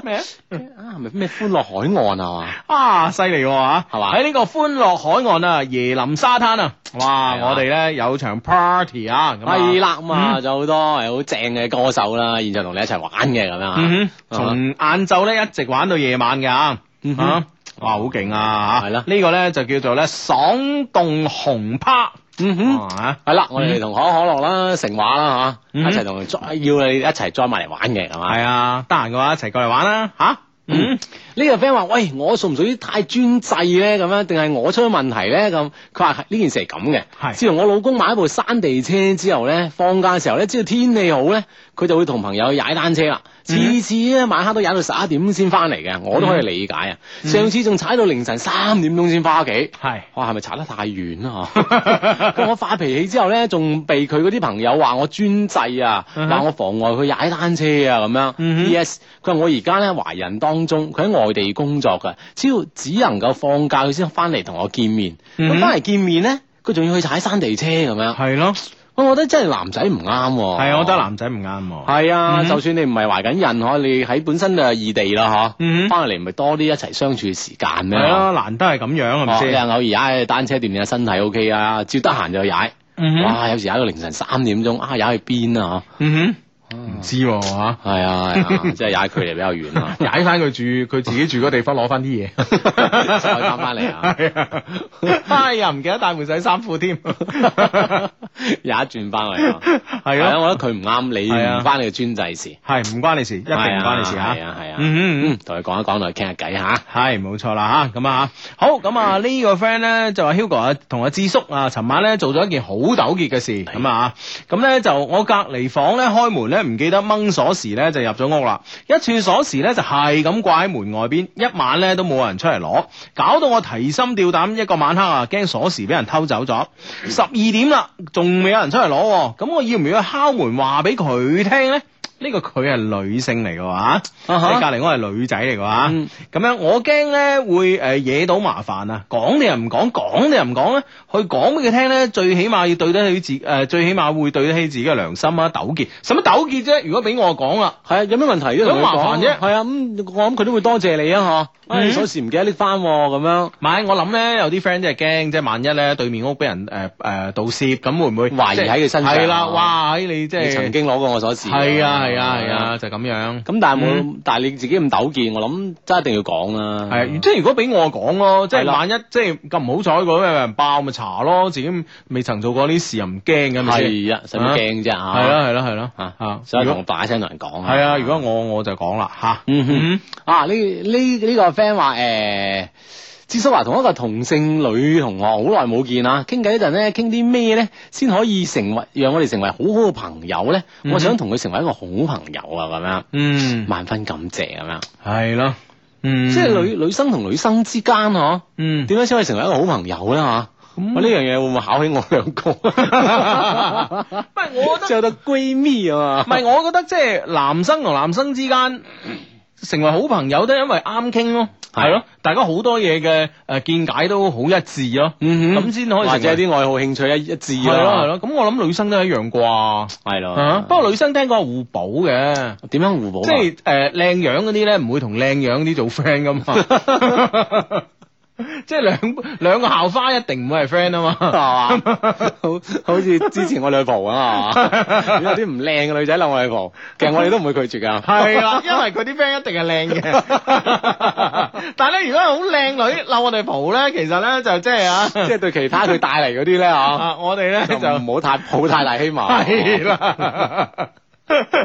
A: 咩啊？
C: 啊係咪咩歡樂海岸啊嘛？
A: 啊，犀利喎嚇
C: 係嘛
A: 喺呢個歡樂海岸啊，椰林沙灘啊，哇！
C: 係啊
A: 我哋咧有場 party 啊，咁啊
C: 係，啦，咁啊
A: 嗯
C: 就好多誒好正嘅歌手啦，現場同你一齊玩嘅咁樣啊，
A: 嗯哼，從晏晝咧一直玩到夜晚嘅啊，
C: 嗯哼
A: 啊，哇，好勁啊！嚇
C: 係啦
A: 呢個咧就叫做咧爽動紅趴，哦啊
C: 嗯哼。
A: 哇
C: 係啦，我哋同可口可樂啦、成華啦嚇，
A: 嗯
C: 一齊同再要你一齊 join 埋嚟玩嘅係嘛？
A: 係啊，得閒嘅話一齊過嚟玩啦，吓，嗯。
C: 呢個 friend 話：，喂，我屬唔屬於太專制咧？咁啊樣定係我出咗問題咧？咁佢話係呢件事係咁嘅。
A: 係
C: 自從我老公買一部山地車之後咧，放假嘅時候咧，只要天氣好咧，佢就會同朋友去踩單車啦。次
A: 嗯
C: 次咧晚黑都踩到十一點先翻嚟嘅，我都可以理解啊。上次仲踩到凌晨三點鐘先翻屋企。
A: 係
C: 哇，係咪踩得太遠 啦？嚇我發脾氣之後咧，仲被佢嗰啲朋友話我專制啊，話、
A: 嗯哼
C: 我妨礙佢踩單車啊咁樣。
A: 嗯哼
C: Yes，佢話我而家咧懷孕當中，佢喺外地工作㗎，只要只能夠放假佢先翻嚟同我見面。
A: 嗯
C: 咁
A: 哼
C: 翻嚟見面咧，佢仲要去踩山地車咁樣。
A: 係咯，
C: 我覺得真係男仔唔啱喎。
A: 係啊，我覺得。男仔唔啱喎。
C: 係啊，
A: 嗯
C: 就算你唔係懷緊孕，可你喺本身就係異地啦，
A: 嗯
C: 嗬，
A: 哼
C: 翻嚟咪多啲一齊相處嘅時間咩？
A: 係啊，難得係咁樣，係 咪
C: 哦你
A: 先？
C: 話偶爾踩單車鍛煉下身體 O K 啊，照得閒就去踩。
A: 嗯哼，
C: 哇，有時踩到凌晨三點鐘，啊踩去邊啊？
A: 嗯哼，唔知喎嚇。。
C: 嗬係啊係啊，即係踩距離比較遠 啊
A: 踩翻佢 住佢自己住嗰地方攞翻啲嘢，
C: 再翻返嚟啊！
A: 係啊，哎呀，唔記得帶換洗衫褲 添，係
C: 有一轉翻嚟啊！係啊，
A: 咯，
C: 我覺得佢唔啱你，
A: 係啊
C: 唔關你嘅專制事，一
A: 係唔關你事，一定唔關你事嚇，
C: 係啊係啊，
A: 嗯嗯啊嗯
C: 嗯，同佢講一講，同佢傾下偈嚇。
A: 係冇錯啦吓，咁啊好咁啊呢個 friend 咧就話 Hugo 啊同阿智叔啊，尋晚咧做咗一件好糾結嘅事咁啊，咁咧就我隔離房咧開門咧唔記得掹鎖匙咧就入咗屋啦，一串鎖匙咧就係咁掛喺門外邊，一晚咧都冇人出嚟攞，搞到我提心吊膽一個晚黑啊，驚鎖匙俾人偷走咗，十二點啦仲未有人出嚟攞喎，咁我要唔要去敲門話俾佢聽咧？呢個佢係女性嚟嘅話，
C: 啊哈
A: 你隔離我係女仔嚟嘅話，咁、
C: 嗯
A: 樣我驚咧會誒、惹到麻煩啊！講你又唔講，講你又唔講咧，去講俾佢聽咧，最起碼要對得起自誒、最起碼會對得起自己嘅良心啊！糾結，使乜糾結啫？如果俾我講啦，
C: 係啊，有咩問題啫？
A: 有
C: 同佢
A: 麻
C: 講
A: 煩啫
C: 係啊，咁我諗佢都會多謝你啊，嗬。唉，
A: 嗯
C: 鎖匙唔記得拎翻咁樣，
A: 唔係我諗咧，有啲 friend 真係驚，即係萬一咧對面屋俾人呃誒誒盜竊，咁會唔會
C: 懷疑喺佢身上啊
A: 係啦，哇！喺你即
C: 你
A: 係
C: 曾經攞過我鎖匙。
A: 係啊係啊係啊，就咁樣。
C: 咁但係冇，但係你自己咁糾結，我諗真係一定要講啦。
A: 係，啊即係如果俾我講咯，即
C: 嗯係
A: 係
C: 啦
A: 萬一即係咁唔好彩嗰個有人爆咪查咯，自己未曾做過呢啲事又唔驚嘅，係咪先？
C: 係啊，使乜驚啫嚇？
A: 係啦係啦係啦，
C: 啊
A: 啊
C: 所以
A: 如
C: 同
A: 果
C: 我把聲同人講
A: 係啊，如果我我就講啦吓，
C: 嗯哼
A: 嗯
C: 啊呢呢呢個 friend 話誒，志叔話同一個同性女同學好耐冇見啊，傾偈嗰陣咧，傾啲咩咧先可以成為讓我哋成為好好嘅朋友咧？
A: 嗯哼
C: 我想同佢成為一個好朋友啊，咁樣
A: 嗯，
C: 萬分感謝咁樣，
A: 係咯，嗯，
C: 即係女女生同女生之間嗬，
A: 嗯，
C: 點樣先可以成為一個好朋友咧？嗬，
A: 咁
C: 我呢樣嘢會唔會考起我兩 個？
A: 唔係我覺得
C: 即係有得閨蜜啊嘛
A: 唔，係，我覺得即係男生同男生之間成為好朋友都係因為啱傾咯，
C: 係
A: 係咯，大家好多嘢嘅誒見解都好一致咯，
C: 嗯
A: 咁先可以
C: 或
A: 成
C: 者
A: 為
C: 啲愛好興趣一一致啊
A: 係咯係，咯，咁我諗女生都一樣啩。
C: 係咯
A: 啊，不過女生聽講係互補嘅，
C: 點樣互補啊？
A: 即係誒靚樣嗰啲咧，唔會同靚樣啲做 friend 噶 嘛。即係兩兩個校花一定唔會係 friend 啊
C: 係
A: 嘛。
C: 嘛？好 好似之前我女仆啊嘛， 有啲唔靚嘅女仔鬧我女仆，其實我哋都唔會拒絕 噶。
A: 係啦，因為嗰啲 friend 一定係靚 嘅。但係咧，如果係好靚女嬲我哋蒲咧，其實咧就即係啊，
C: 即係對其他佢帶嚟嗰啲 咧嚇，
A: 啊我哋咧
C: 就
A: 就
C: 唔好太 抱太大希望。
A: 係啦，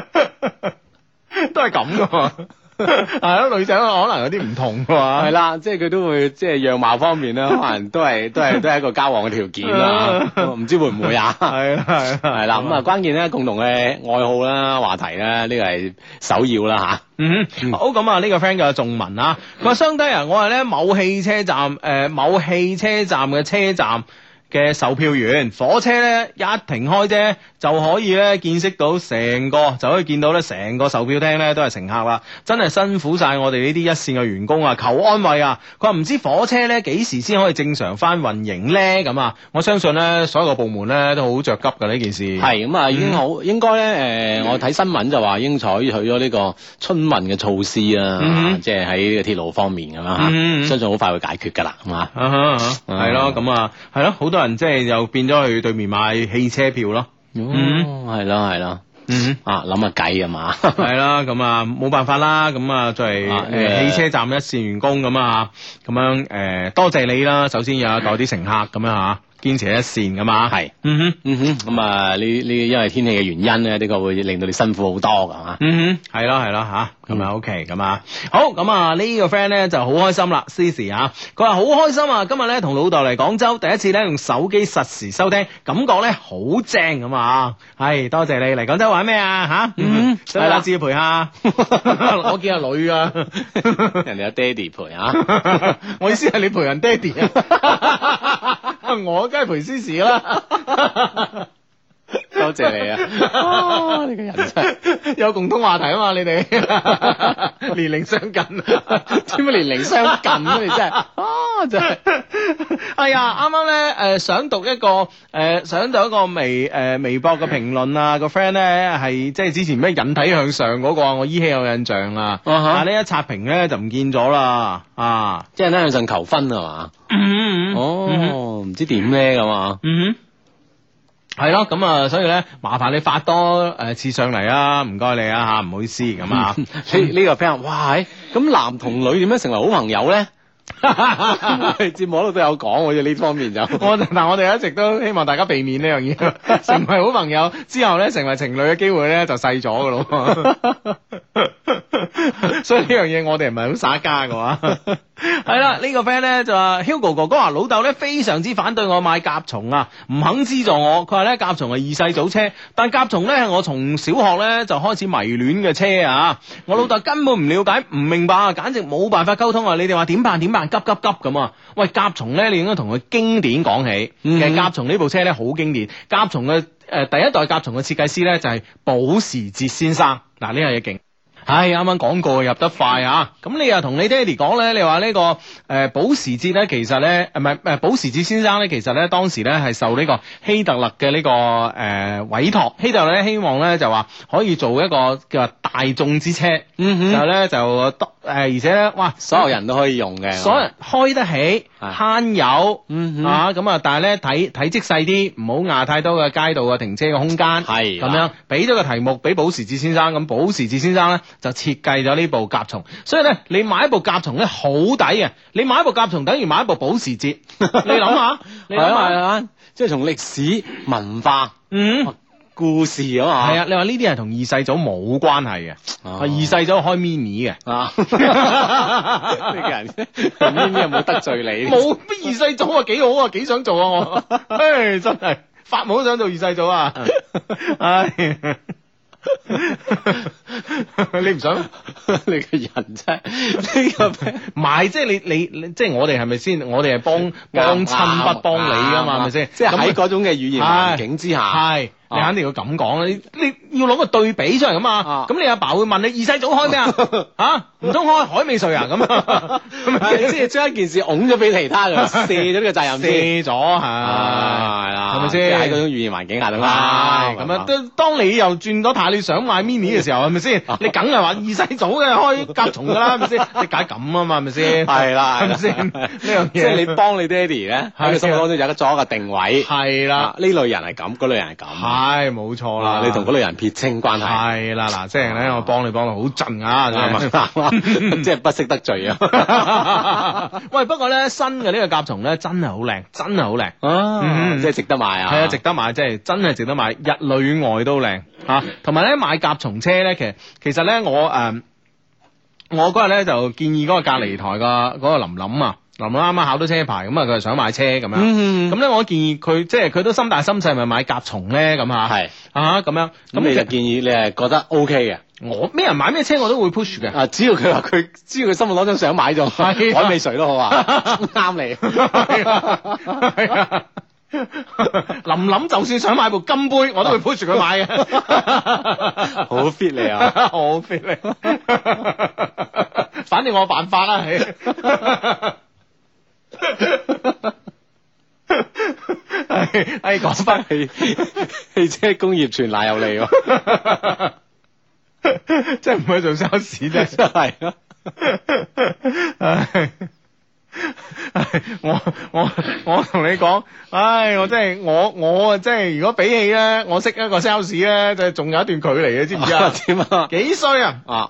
A: 都係咁 噶嘛。係咯，女仔可能有啲唔同噶嘛
C: 係。啦，即係佢都會即係樣貌方面 咧，可能都係都係都係一個交往嘅條件啦。 唔知會唔 會啊？
A: 係啦，係啦，
C: 係啦，咁啊，關鍵咧，共同嘅愛好啦、話題啦，呢個係首要啦
A: 嗯，好咁啊！呢個 friend 叫仲文啊，佢話相低啊，我係咧某汽車站誒、呃某汽車站嘅車站嘅售票員，火車咧一停開啫，就可以咧見識到成個，就可以見到咧成個售票廳咧都係乘客啦，真係辛苦晒我哋呢啲一線嘅員工啊！求安慰啊！佢話唔知火車咧幾時先可以正常翻運營咧咁啊！我相信咧所有嘅部門咧都好着急㗎呢件事，
C: 嚇。係
A: 嗯
C: 咁啊，已經好應該咧，誒，我睇新聞就話已經採取咗呢個春運嘅措施啊
A: 嗯，
C: 即係喺呢個鐵路方面咁樣
A: 嗯
C: 嚇，相信好快會解決㗎啦，係嘛？
A: 啊哈，係咯，咁啊，係咯，好多人即係又變咗去對面買汽車票咯。嗯
C: 哦，係啦係啦，
A: 嗯，
C: 啊諗下計啊嘛，
A: 係啦，咁啊冇辦法啦，咁啊作為
C: 啊
A: 誒汽車站一線員工咁啊，咁樣誒多謝你啦，首先有代啲乘客咁樣嚇，堅持一線咁啊，
C: 係，
A: 嗯哼。
C: 嗯哼，咁啊呢呢因為天氣嘅原因咧，呢個會令到你辛苦好多㗎嘛。
A: 嗯哼，係咯係咯吓，咁啊 OK 咁啊，好咁啊呢個 friend 咧就好開心啦，Cici 啊，佢話好開心啊，今日咧同老豆嚟廣州，第一次咧用手機實時收聽，感覺咧好正咁啊，係多謝你嚟廣州玩咩啊吓，
C: 嗯
A: 想唔想支陪下， 我見阿女啊，
C: 人哋有爹哋陪啊，
A: 我意思係你陪人爹哋啊， 我梗係陪 Cici 啦。
C: 多謝你
A: 哦
C: 啊，啊你個人真係。
A: 有共通話題啊嘛，你 哋年齡相近，
C: 點解年齡相近啊？你真係啊，真係
A: 哎呀，啱啱咧誒想讀一個誒、呃想讀一個微誒、呃微博嘅評論啊，個 friend 咧係即係之前咩引體向上嗰、個啊，我依稀有印象啊，
C: 啊哈
A: 但係呢一刷屏咧就唔見咗啦啊，
C: 即係咧向上求婚係嘛？哦，唔知點咧咁啊？
A: 嗯哼，係咯，咁啊，所以咧，麻煩你發多誒次上嚟啊，唔該你啊嚇，唔好意思咁啊。
C: 呢呢個 friend 話哇，係咁男同女點樣成為好朋友 咧？我哋節目嗰度都有講，好似呢方面 就
A: 我嗱，我哋一直都希望大家避免呢樣嘢， 成為好朋友之後咧，成為情侶嘅機會咧就細咗噶咯。 所以呢樣嘢我哋唔係好耍家嘅話，係啦，呢個 friend 咧就話 Hugo 哥哥話老豆咧非常之反對我買甲蟲啊，唔肯資助我。佢話咧甲蟲係二世祖車，但甲蟲咧係我從小學咧就開始迷戀嘅車啊。我老豆根本唔了解，唔明白啊，簡直冇辦法溝通啊！你哋話點辦？點辦？急急急咁啊！喂，甲蟲咧，你應該同佢經典講起。
C: 嗯
A: 其實甲蟲呢部車呃咧好經典，甲蟲嘅誒第一代甲蟲嘅設計師咧就係保時捷先生。嗱呢樣嘢勁。唉，啱啱講過入得快啊！咁你又同你爹哋講咧，你話呢、個誒、呃保時捷咧，其實咧呃唔係誒保時捷先生咧，其實咧當時咧係受呢個希特勒嘅呢、個誒、呃委託，希特勒咧希望咧就話可以做一個叫做大眾之車，
C: 嗯
A: 然後，咧就得誒、呃而且咧哇，
C: 所有人都可以用嘅，
A: 所有人開得起，
C: 係
A: 慳油。
C: 啊嗯哼，
A: 啊，咁啊，但係咧體體積細啲，唔好壓太多嘅街道嘅停車嘅空間，
C: 係啦
A: 咁樣俾咗個題目俾保時捷先生，咁保時捷先生咧就設計咗呢部甲蟲，所以咧你買一部甲蟲咧好抵嘅，你買一部甲蟲等於買一部保時 捷，你諗下，你
C: 係啊
A: 諗
C: 係
A: 下，
C: 啊，即係從歷史文化
A: 嗯。
C: 故事啊嘛，
A: 係啊，你話呢啲係同二世祖冇關係嘅，
C: 哦
A: 係二世祖開 mini 嘅，
C: 啊， 呢個人呢啲有冇得罪你？
A: 冇二世祖啊，幾好啊，幾想做啊我，唉，真係發夢都想做二世祖啊，
C: 嗯
A: 唉， 你唔想？
C: 你個人真係呢個咩
A: 唔係，即係你你你，即係我哋係咪先？我哋係幫幫親不幫你噶嘛，係咪先？
C: 即係
A: 咁
C: 喺嗰種嘅語言環境之下，
A: 係，你
C: 啊
A: 肯定要咁講啦。你你要攞個對比出嚟噶嘛
C: 啊？
A: 咁你阿爸會問你二世祖開 咩啊？嚇，唔通開海味瑞啊？咁啊，咁啊
C: 即係將一件事拱咗俾其他 人，卸咗呢個責任先。
A: 卸咗係，
C: 啊，係啦，
A: 係咪先
C: 即係喺嗰種語言環境下就啦，
A: 係咁啊！當當你又轉咗態，你想買 mini 嘅時候，係咪先？
C: 啊
A: 你梗係話二世祖嘅開甲蟲㗎啦，係咪 先？你解咁啊嘛，係咪先？
C: 係啦，
A: 係咪先？
C: 係
A: 呢
C: 啦
A: 樣嘢
C: 即係你幫你爹哋咧，喺佢心目當中有一個咗一個定位。
A: 係啦
C: 啊，呢類人係咁，嗰類人係咁。
A: 係冇錯啦
C: 啊，，你同嗰類人撇清關係，啊
A: 係啊啦嗱，即係咧，我幫你幫到好盡啊，真
C: 啱
A: 係
C: 唔啱啊？即係不識得罪啊！
A: 喂，不過咧新嘅呢個甲蟲咧真係好靚，真係好靚。
C: 啊
A: 嗯
C: 即係值得買啊！
A: 係啊，值得買，即係真係值得買，日裏外都靚嚇。同埋咧買甲蟲車咧，其實其實咧我誒、呃我嗰日咧就建議嗰個隔離台個嗰個林林啊，林林啱啱考到車牌，咁啊佢就想買車咁樣。
C: 嗯，
A: 咁
C: 咁
A: 咧，我建議佢即係佢都心大心細，咪買甲蟲咧咁嚇，
C: 係
A: 啊咁樣。
C: 咁
A: 咁
C: 你就
A: 其實
C: 建議你係覺得 O K 嘅
A: 我咩人買咩車我都會 push 嘅。
C: 啊？只要佢話佢，只要佢心目當中想買咗
A: 係啊
C: 海味水都好啊， 啱你。
A: 係啊係啊林林就算想買部金杯，我都會 push 佢買 嘅。
C: 好 fit 你啊！
A: 好 fit 你，反正我有辦法啦， 唉唉，唉講翻
C: 汽汽車工業全賴有你喎，
A: 真係唔去做 sales 真係
C: 真係啊！？
A: 唉唉我我我同你講，唉，我真係我我啊，真係如果比起咧，我識一個 sales 咧，就仲有一段距離嘅，知唔知啊
C: 點 啊？
A: 幾衰啊！
C: 啊，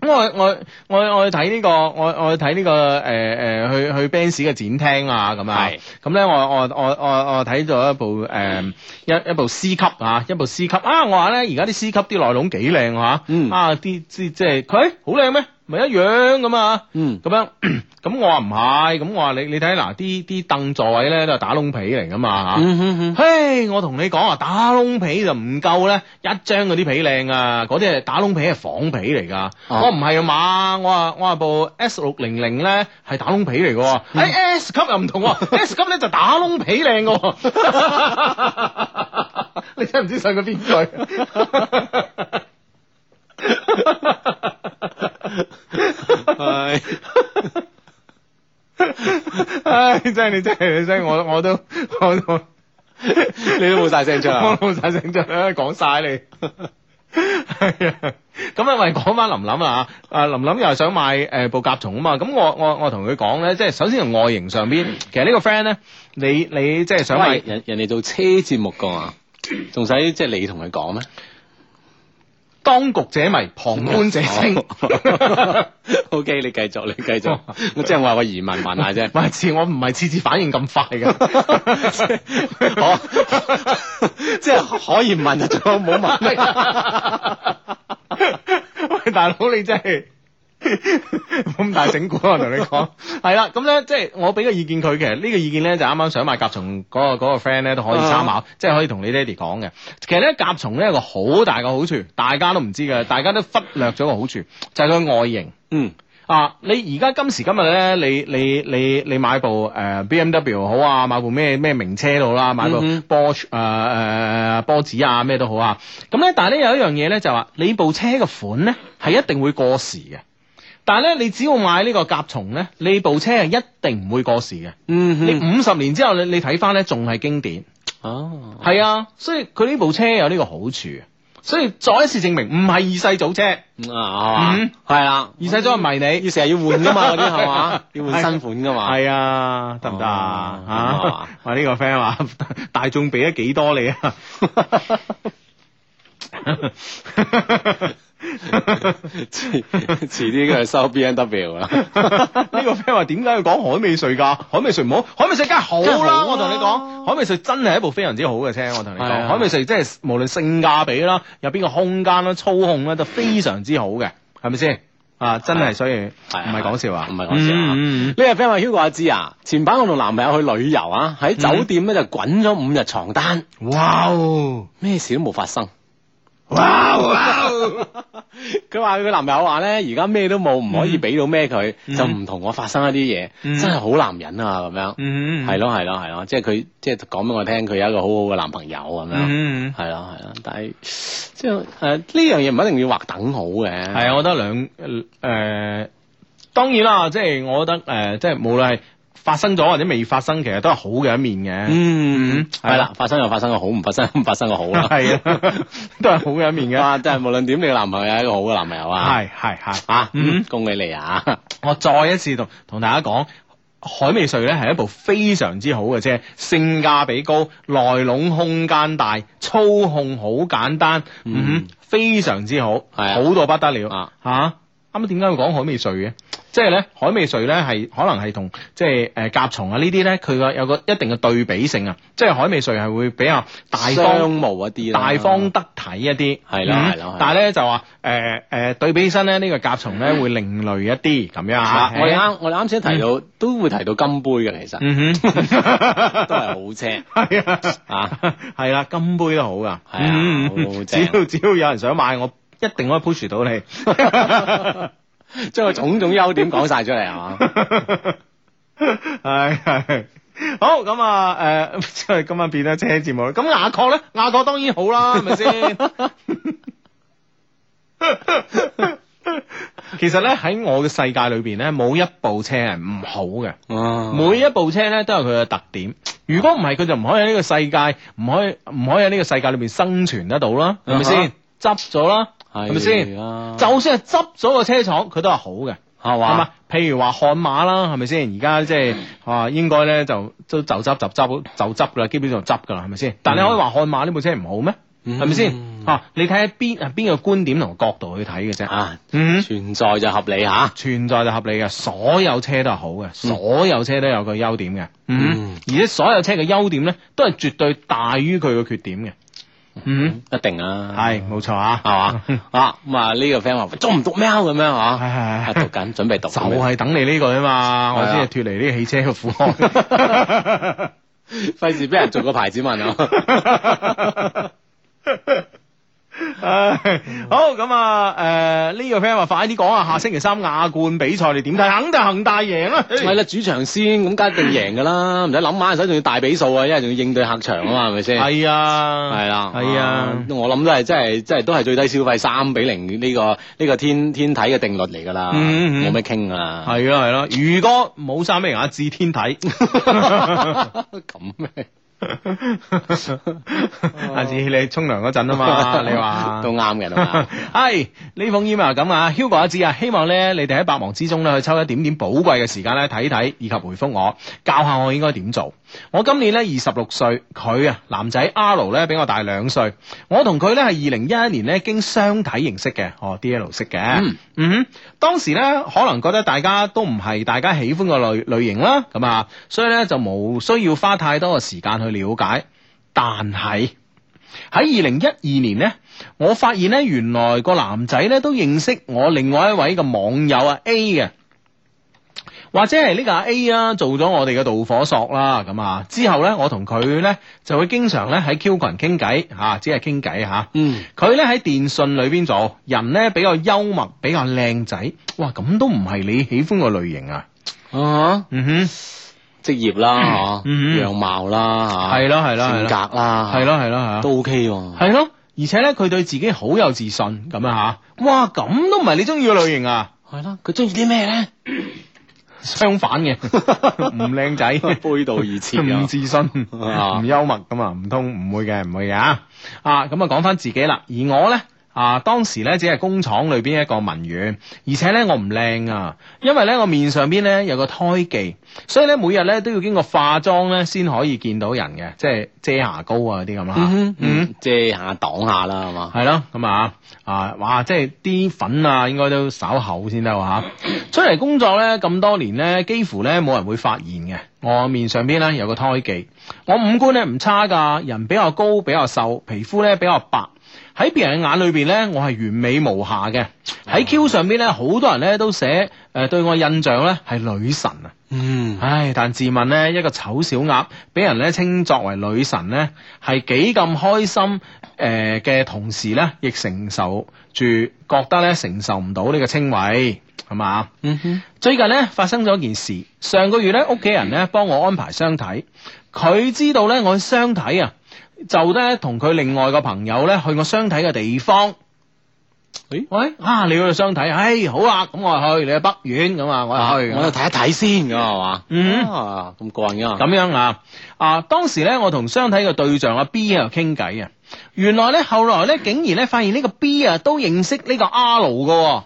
A: 咁我我我我去睇呢、個我我去睇呢、個誒誒、呃去去 Benz 嘅展廳啊咁啊
C: 係，
A: 咁咧我我我我我睇咗一部誒、呃一一部 C 級啊，一部 C 級啊，我話咧而家啲 C 級啲內籠幾靚啊，
C: 嗯
A: 啊啲即即係佢好靚咩？咪一樣咁啊！
C: 嗯，
A: 咁樣， 咁我話唔係，咁我話你你睇嗱啲啲凳座位咧都係打窿皮嚟噶嘛嚇，
C: 嗯哼哼，
A: 嘿，我同你講啊，打窿皮就唔夠咧，一張嗰啲皮靚啊，嗰啲係打窿皮係仿皮嚟噶。
C: 哦
A: 我唔係啊嘛，我話我話部 S 六零零咧係打窿皮嚟嘅喎，
C: 嗯
A: 喺 S 級又唔同喎，S 級咧就打窿皮靚嘅喎。 你真係唔知信佢邊 句。
C: 係
A: 唉，真係你真係你真係 我我都我都。
C: 你都冇晒聲 出
A: 我
C: 啊！
A: 老晒成就講晒你。係啊，咁啊，喂，講翻林林啊，啊林林又係想買誒、呃部甲蟲啊嘛，咁我我我同佢講咧，即係首先從外形 上邊，其實呢個 friend 咧，你你即係想
C: 喂
A: 買，
C: 人人哋做車節目噶嘛，仲使即係你同佢講咩？
A: 當局者迷，旁觀者
C: 哦
A: 清。
C: O K，你繼哦續，你繼續。我即係我話個疑問問下啫。
A: 唔係次我唔係次次反應咁快 嘅，
C: 我 即係可以問就最好，唔好問。
A: 喂，大佬你真係咁大整蠱啊！我同你講，係啦，咁咧即係我俾個意見佢，其實呢個意見咧就啱啱想買甲蟲嗰、個嗰、個 friend 咧都可以參考，即係可以同你爹哋講嘅。其實咧甲蟲咧有個好大嘅好處，大家都唔知嘅，大家都忽略咗個好處，就係、佢外形。
C: 嗯，
A: 啊，你而家今時今日咧，你你你你買部誒 B M W 好啊，買部咩咩名車都好啦，買部
C: 嗯哼
A: 波誒誒波子啊咩都好啊。咁咧，但係咧有一樣嘢咧就話，你部車嘅款咧係一定會過時嘅。但係咧，你只要買呢個甲蟲咧，你部車係一定唔會過時嘅。
C: 嗯
A: 你五十年之後，你你睇翻咧，仲係經典。
C: 哦，
A: 係啊，所以佢呢部車有呢個好處。所以再一次證明，唔係二世祖車，嗯
C: 嗯啊，係嘛，係啦，
A: 二世祖唔係你。
C: 要成日要換噶嘛，嗰 啲係嘛，要換新款噶嘛，
A: 系啊，得唔得啊？
C: 哦
A: 啊，我呢個 friend 話大眾俾咗幾多你 啊？
C: 遲 遲啲佢收 B N W 啦，
A: 呢個 friend 話點解要講海美瑞㗎？海美瑞唔好，海美瑞梗係好
C: 梗係好
A: 啦！
C: 啦
A: 我同你講，海美瑞真係一部非常之好嘅車。我同你
C: 係
A: 講，
C: 啊
A: 海美瑞即係無論性價比啦、入邊個空間啦、操控啦，都非常之好嘅，係咪先？啊，真係，所以唔
C: 係啊
A: 係講笑啊，
C: 唔係講笑
A: 嗯
C: 啊
A: 嗯嗯
C: 呢個 friend 話 Hugo 阿芝啊，前排我同男朋友去旅遊啊，喺酒店咧就滾咗五日床單，
A: 哇哦！
C: 咩事都冇發生。
A: 哇哦！
C: 佢話佢男朋友話咧，而家咩都冇，唔可以俾到咩佢，
A: 嗯
C: 就唔同我發生一啲嘢，
A: 嗯
C: 真係好男人啊咁樣。
A: 嗯
C: 係咯係咯係咯，即係佢即係講俾我聽，佢有一個好好嘅男朋友咁樣。
A: 嗯，
C: 係咯係咯，但係即係誒呢樣嘢唔一定要畫等號嘅。
A: 系啊，我覺得兩誒、呃，當然啦，即係我覺得誒、呃即係無論係發生咗或者未發生，其實都係好嘅一面嘅。
C: 嗯，
A: 係
C: 係
A: 啦
C: 啦，發生就發生個好，唔發生唔發生個好啦。
A: 係啊， 都係好嘅一面嘅。
C: 哇！真係無論點，你個男朋啊友係一個好嘅男朋友啊。
A: 係係係
C: 啊，
A: 嗯
C: 嗯，恭喜你啊！
A: 我再一次同同大家講，海美瑞咧係一部非常之好嘅車，性價比高，內籠空間大，操控好簡單，嗯
C: 嗯
A: 非常之好，
C: 係啊
A: 好到不得了
C: 啊
A: 嚇。啱啱點解會講海美瑞嘅？即係咧，海美瑞咧係可能係同即係誒甲蟲啊呢啲咧，佢個有個一定嘅對比性啊，即係海美瑞係會比較大方
C: 商務一啲啦
A: 大方得體一啲，
C: 係啦
A: 嗯
C: 係啦係啦
A: 但係咧就話誒誒對比起身咧，呢個甲蟲咧會另類一啲咁樣
C: 啊
A: 嚇。！
C: 嗯我哋啱我哋啱先提到都會提到金杯嘅，其實
A: 嗯哼，
C: 都係好車
A: 係啊，
C: 啊！
A: 係啦，金杯都好噶，係啊
C: 係啊
A: 只
C: 好正
A: 要只要有人想買，我一定可以 push 到你。
C: 將佢種種優點講晒出 嚟啊！
A: 係係。好咁啊，誒、 即係今晚變咗車節目啦。咁雅閣咧，雅閣當然好 啦，係咪先？ 其實咧喺我嘅世界裏邊咧，冇一部車係唔好嘅，
C: 每
A: 每一部車咧都有佢嘅特點。如果唔係，佢就唔可以喺呢個世界，唔可以唔可以喺呢個世界裏邊生存得到啦，係咪先
C: 啊？
A: 執咗啦，係
C: 係
A: 咪先？
C: 啊
A: 就算係執咗個車廠，佢都係好嘅。
C: 係
A: 係嘛
C: 嘛？？
A: 譬如話悍馬啦，係咪先？而家即係
C: 嗯
A: 啊，應該咧就都就執就執就執噶啦，基本上執噶啦，係咪先？但
C: 嗯
A: 你可以話悍馬呢部車唔好咩？係咪先？啊，你睇下邊啊邊個觀點同角度去睇嘅啫。
C: 啊，
A: 嗯，
C: 存在就合理嚇。
A: 存在就合理嘅，所有車都係好嘅，所有車都有個優點嘅。嗯
C: 嗯，
A: 而且所有車嘅優點咧，都係絕對大於佢嘅缺點嘅。嗯，
C: 一定啊，
A: 係冇錯啊，
C: 係 嘛啊咁啊呢個 friend 話讀唔讀喵咁樣
A: 係
C: 啊？
A: 係
C: 啊
A: 係
C: 讀緊，準備讀
A: 就係等你呢句啊嘛，我
C: 係啊
A: 先係脱離呢個汽車嘅苦海。
C: 費事俾人做個牌子問 啊！
A: 唉好咁啊！诶、呢、個 friend 話快啲講啊，下星期三亞冠比賽你點睇？肯定恒大贏啊啦！
C: 係啦，主場先咁，梗係一定贏噶啦，唔使諗馬陣，仲要大比數啊，因為仲要應對客場啊嘛，係咪先？
A: 係啊，
C: 係啦，
A: 係啊，
C: 我諗都係真係真係都係最低消費三比零呢個呢個天天體嘅定律嚟㗎啦，
A: 嗯嗯嗯
C: 冇咩傾啊，
A: 係咯係咯。如果冇三咩牙至天 體，
C: 咁咩？
A: 下次你沖涼嗰陣啊嘛，你話
C: 都啱嘅，都啱。
A: 系呢封 email 咁啊，Hugo 阿志啊，希望咧你哋喺百忙之中咧去抽一點點寶貴嘅時間咧睇睇以及回覆我，教下我應該點做。我今年咧二十六歲，佢啊男仔 R 咧比我大兩歲，我同佢咧係二零一一年咧經相睇認識嘅，哦 D L 識嘅，嗯
C: 嗯
A: 哼，當時咧可能覺得大家都唔係大家喜歡嘅類類型啦，咁啊，所以咧就冇需要花太多嘅時間去了解，但係。喺二零一二年呢，我發現呢，原來個男仔呢都認識我另外一位嘅網友啊 A 嘅。或者係呢個阿 A 啊做咗我哋嘅導火索啦，咁啊之後咧我同佢咧就會經常咧喺 Q 群傾偈吓，只係傾偈吓。
C: 嗯，
A: 佢咧喺電信裏邊做，人咧比較幽默，比較靚仔，哇咁都唔係你喜歡嘅類型啊。
C: 啊，
A: 嗯哼，
C: 職業啦，嚇，
A: 嗯
C: 樣貌啦，嚇
A: 係咯係咯係
C: 性
A: 咯，
C: 格啦，
A: 係咯係咯係咯，
C: 都 OK 喎。
A: 係咯。而且咧，佢對自己好有自信咁啊吓，哇咁都唔係你中意嘅類型啊，
C: 係啦，佢中意啲咩咧？
A: 相反嘅，唔靚仔。
C: 背道而馳
A: 唔
C: 啊！
A: 自信，
C: 啊
A: 唔幽默噶嘛，唔通唔會嘅，唔會嘅啊！啊，咁啊講翻自己啦，而我呢，啊，當時呢，只係工廠裏邊一個文員，而且呢，我唔靚啊，因為呢，我面上邊呢有個胎記，所以呢，每日呢都要經過化妝呢先可以見到人嘅，即係遮牙膏啊嗰啲咁啦。
C: 嗯
A: 嗯
C: 嗯，遮下擋下啦，係嘛？
A: 係咯，咁啊啊，哇！即係啲粉啊，應該都稍厚先得喎嚇。出嚟工作咧咁多年咧，幾乎咧冇人會發現嘅。我面上邊咧有個胎記，我五官咧唔差㗎，人比較高，比較瘦，皮膚咧比較白。喺別人嘅眼裏邊咧，我係完美無瑕嘅。喺 Q 上邊咧，好多人咧都寫誒、呃、對我印象咧係女神啊。
C: 嗯，
A: 唉，但自問呢，一個醜小鴨俾人咧稱作為女神呢，係幾咁開心誒嘅、同時呢，亦承受住覺得咧承受唔到呢個稱謂，係嘛？
C: 嗯哼，
A: 最近呢，發生咗件事，上個月呢，屋企人呢幫我安排相睇，佢知道呢，我去相睇啊，就呢同佢另外個朋友呢去我相睇嘅地方。
C: 咦
A: 喂啊！你去相睇，唉、好啦，咁我去，你去北苑咁啊，我去，
C: 我又睇一睇先，咁係嘛？
A: 嗯
C: 啊，咁過癮噶，
A: 咁樣啊，啊，當時咧，我同相睇嘅對象阿啊 B 喺度傾偈啊，原來咧，後來咧，竟然咧，發現呢個 B 啊，都認識呢個 R 嘅喎，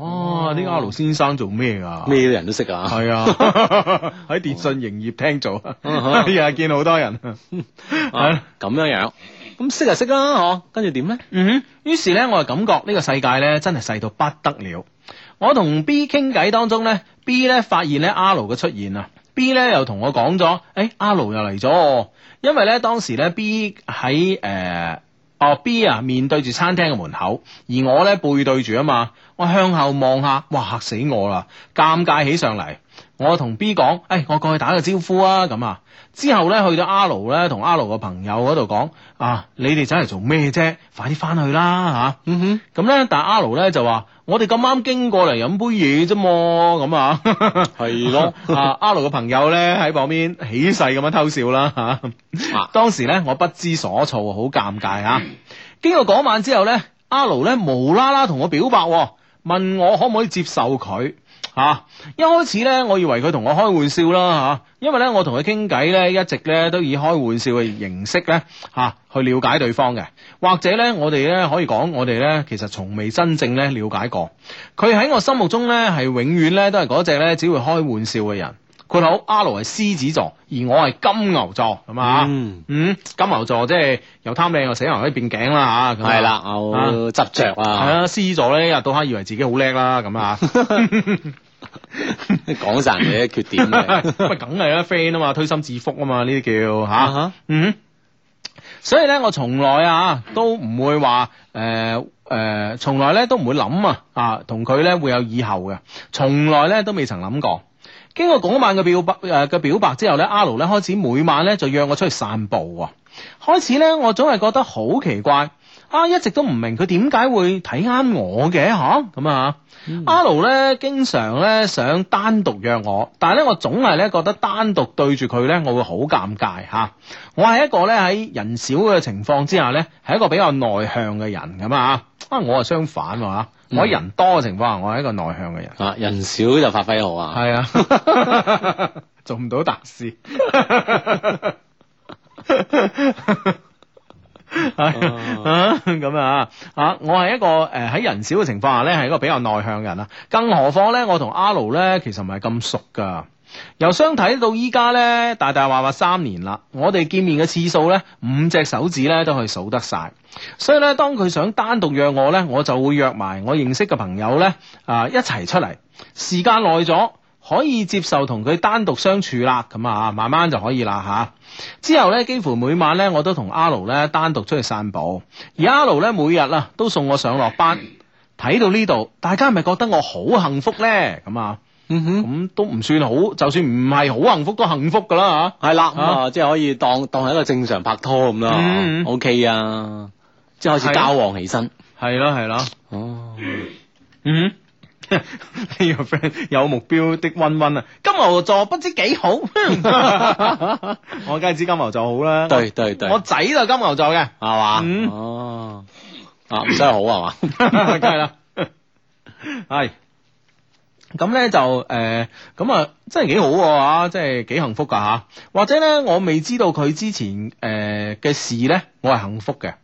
A: 哇！呢個 R 先生做咩噶？
C: 哦咩人都識啊。
A: 係 啊，喺電信營業廳做，日日見好多人。係
C: 哦 啊咁樣樣，咁識就識啦，嗬。跟住點咧？
A: 嗯哼，於是咧，我就感覺呢個世界咧真係細到不得了。我同 B 傾偈當中咧，B 咧發現咧 R 嘅出現啊，B 咧又同我講咗，誒、R 又嚟咗喎，因為咧當時咧 B 喺誒。呃哦，B 啊，面對住餐廳嘅門口，而我咧背對住啊嘛，我向後望下，哇嚇死我啦，尷尬起上嚟。我同 B 講，誒、我過去打個招呼啊，咁啊。之後咧去到 R 咧，同 R 個朋友嗰度講，啊，你哋走嚟做咩啫？快啲翻去啦嚇！
C: 嗯哼，
A: 咁咧，但係阿盧咧就話：我哋咁啱經過嚟飲杯嘢啫嘛，咁啊，
C: 係咯。
A: 啊，阿盧嘅朋友咧喺旁邊起勢咁樣偷笑啦嚇。
C: 啊
A: 當時咧我不知所措，好尷尬啊嚇。經過嗰晚之後咧，阿盧咧無啦啦同我表白喎，問我可唔可以接受佢。吓、一開始咧，我以為佢同我開玩笑啦吓、啊因為咧我同佢傾偈咧，一直咧都以開玩笑嘅形式咧吓、去了解對方嘅，或者咧我哋咧可以講我哋咧其實從未真正咧了解過，佢喺我心目中咧係永遠咧都係嗰隻咧只會開玩笑嘅人。括號 R 係獅子座，而我係金牛座，咁啊，
C: 嗯
A: 嗯，金牛座即係又貪靚又死牛喺變頸啦吓，咁啊
C: 係啦，我執着
A: 係
C: 啊，嗯
A: 啊，獅子座咧一日到黑以為自己好叻啦，咁 啊。
C: 講晒人哋嘅缺點啊 嘅。
A: 喂，梗係啦，friend 啊嘛，推心置腹 啊嘛，呢啲叫吓，
C: 啊哈
A: 嗯。所以咧，我從來啊都唔會話誒誒，從來咧都唔會諗啊啊，同佢咧會有以後嘅，從來咧都未曾諗過。經過嗰晚嘅表白誒呃嘅、表白之後咧，阿盧咧開始每晚咧就約我出去散步喎。開始咧，我總係覺得好奇怪啊，一直都唔明佢點解會睇啱我嘅吓咁啊。阿盧咧經常咧想單獨約我，但係咧我總係咧覺得單獨對住佢咧，我會好尷尬吓。我係一個咧喺人少嘅情況之下咧，係一個比較內向嘅人咁啊。啊，我係相反喎吓，我喺人多嘅情況下，我係一個內向嘅人。
C: 啊，人少就發揮好啊。
A: 係啊，做唔到大事。係啊咁啊啊！我係一個誒喺、人少嘅情況下咧，係一個比較內向嘅人啊。更何況咧，我同阿盧咧其實唔係咁熟噶。由相睇到依家咧，大大話話三年啦。我哋見面嘅次數咧，五隻手指咧都可以數得晒。所以咧，當佢想單獨約我咧，我就會約埋我認識嘅朋友咧啊、一齊出嚟。時間耐咗，可以接受同佢單獨相處啦。咁啊，慢慢就可以啦吓。之後咧，幾乎每晚咧，我都同阿盧咧單獨出去散步，而阿盧咧每日啊都送我上落班。睇到呢度，大家係咪覺得我好幸福咧？咁啊，
C: 嗯哼。
A: 咁都唔算好，就算唔係好幸福都幸福噶啦
C: 系啦，咁
A: 啊
C: 啊，即係可以當當係一個正常拍拖咁
A: 嗯
C: 啦
A: 嗯
C: ，OK 啊，即係開始交往起身。
A: 吓。係啦係啦，
C: 哦，
A: 嗯。 呢個 friend 有目標的温温啊，金牛座不知幾好，我梗係知金牛座好啦。
C: 對對對，
A: 我
C: 係
A: 仔就係金牛座嘅，
C: 嘛？
A: 嗯
C: 哦，啊，唔使好係嘛？
A: 梗係啦，係。咁咧就誒，咁、啊真係幾好喎、啊、即係幾幸福噶嚇、或者咧，我未知道佢之前呃誒嘅、事咧，我係幸福嘅。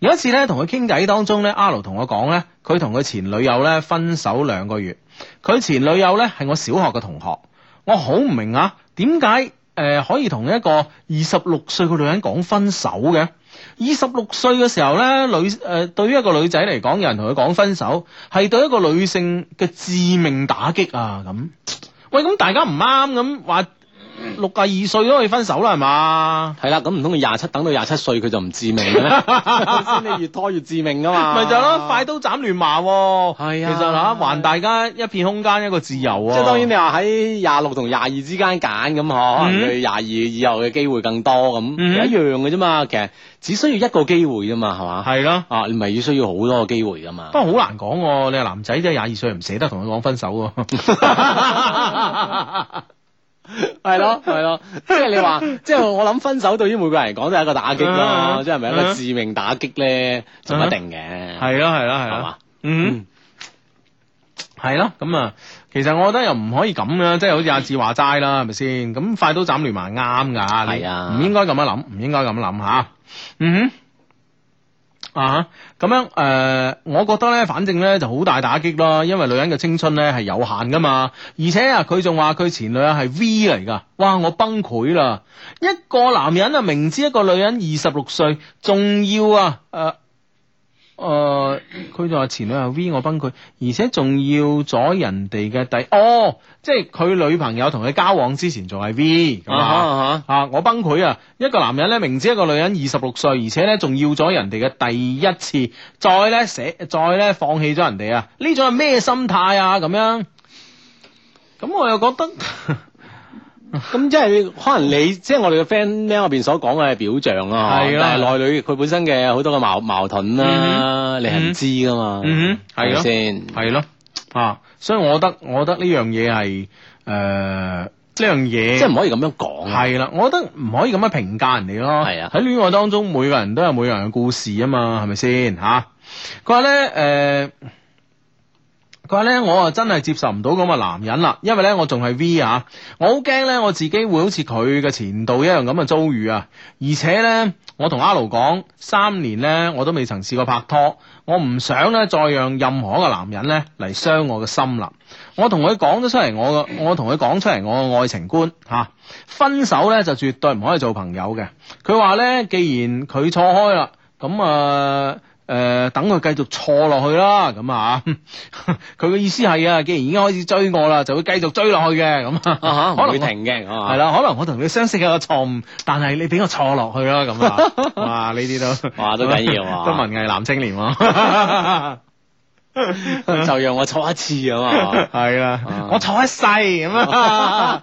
A: 有一次咧，同佢傾偈當中咧阿 l 同我講咧，佢同佢前女友咧分手兩個月。佢前女友咧係我小學嘅同學，我好唔明啊，點解誒可以同一個二十六歲嘅女人講分手嘅？二十六歲嘅時候咧，女誒、呃、對於一個女仔嚟講，有人同佢講分手，係對一個女性嘅致命打擊啊！咁，喂，咁大家唔啱咁話六啊二歲都可以分手啦，係嘛？
C: 係啦，咁唔通佢廿七等到廿七歲佢就唔致命嘅咩？ 先你越拖越致命噶嘛？
A: 咪就係咯，快刀斬亂麻喎、
C: 啊係啊
A: 其實嚇、還大家一片空間，一個自由喎、
C: 即係當然你話喺廿六同廿二之間揀咁嗬，可能佢廿二以後嘅機會更多咁，
A: 嗯
C: 一樣嘅啫嘛。其實只需要一個機會啫嘛，係嘛？
A: 係咯。
C: 啊，你咪要需要好多個機會噶嘛
A: 不。 過好難講喎、你係男仔啫，廿二歲唔捨得同佢講分手喎、
C: 系咯，系咯，即系你话，即系我谂分手对于每个人嚟讲都系一个打击
A: 啊
C: 咯，即系咪一
A: 啊
C: 个致命打击咧？就唔一定嘅，
A: 嗯係咯，係咯，係
C: 係
A: 咯
C: 嘛。
A: 嗯
C: 嗯，
A: 係咯，咁啊，其實我覺得又唔可以咁樣，即係好似阿志話齋啦，係咪先？咁快刀斬亂麻啱㗎，你
C: 係啊
A: 唔應該咁樣諗，唔應該咁諗吓。嗯哼，啊哈，咁樣誒、呃我覺得咧，反正咧就好大打擊咯，因為女人嘅青春咧係有限噶嘛，而且啊，佢仲話佢前女友係 V 嚟㗎，哇！我崩潰啦，一個男人啊，明知一個女人二十六歲，仲要啊誒。呃誒，佢、就話前女友 V 我崩潰，而且仲要咗人哋嘅第哦，即係佢女朋友同佢交往之前仲係 V 咁
C: 啊哈
A: 啊。
C: 啊
A: 啊！我崩潰啊！一個男人咧，明知一個女人二十六歲，而且咧仲要咗人哋嘅第一次，再咧捨，再咧放棄咗人哋啊！呢種係咩心態啊？咁樣，咁我又覺得
C: 哈咁即系可能你即系我哋嘅 friend 咧，入边所讲嘅係表象啦，
A: 係啦啊
C: 但係內裏佢本身嘅好多嘅矛矛盾啦，你係唔知噶嘛，
A: 嗯哼係
C: 哦係
A: 咯
C: 咪先？
A: 係咯啊！所以我覺得，我覺得呢樣嘢係誒呢樣嘢，
C: 即係唔可以咁樣講啊，
A: 係啦，我覺得唔可以咁樣評價人哋咯。
C: 係啊
A: 喺戀愛當中，每個人都有每個人嘅故事啊嘛，係咪先吓？佢話咧，誒、佢話咧，我啊真係接受唔到咁嘅男人啦，因為咧我仲係 V 啊，我好驚咧我自己會好似佢嘅前度一樣咁嘅遭遇啊，而且咧我同阿盧講，三年咧我都未曾試過拍拖，我唔想咧再讓任何一個男人咧嚟傷我嘅心啦。我同佢講咗出嚟，我嘅我同佢講出嚟我嘅愛情觀吓、分手咧就絕對唔可以做朋友嘅。佢話咧，既然佢錯開啦，咁啊。誒、等佢繼續錯落去啦，咁啊， 佢嘅意思係啊，既然已經開始追我啦，就會繼續追落去嘅，咁啊，
C: 啊哈，唔會
A: 我
C: 停嘅，係嘛
A: 係啦，可能我同你相識有個錯誤，但係你俾我錯落去啦，咁啊， 哇，呢啲都
C: 哇都緊要 啊
A: 都文藝男青年 喎， 嗯
C: 就讓我錯一次啊嘛，
A: 係啦
C: 啊，
A: 我錯一世咁啊，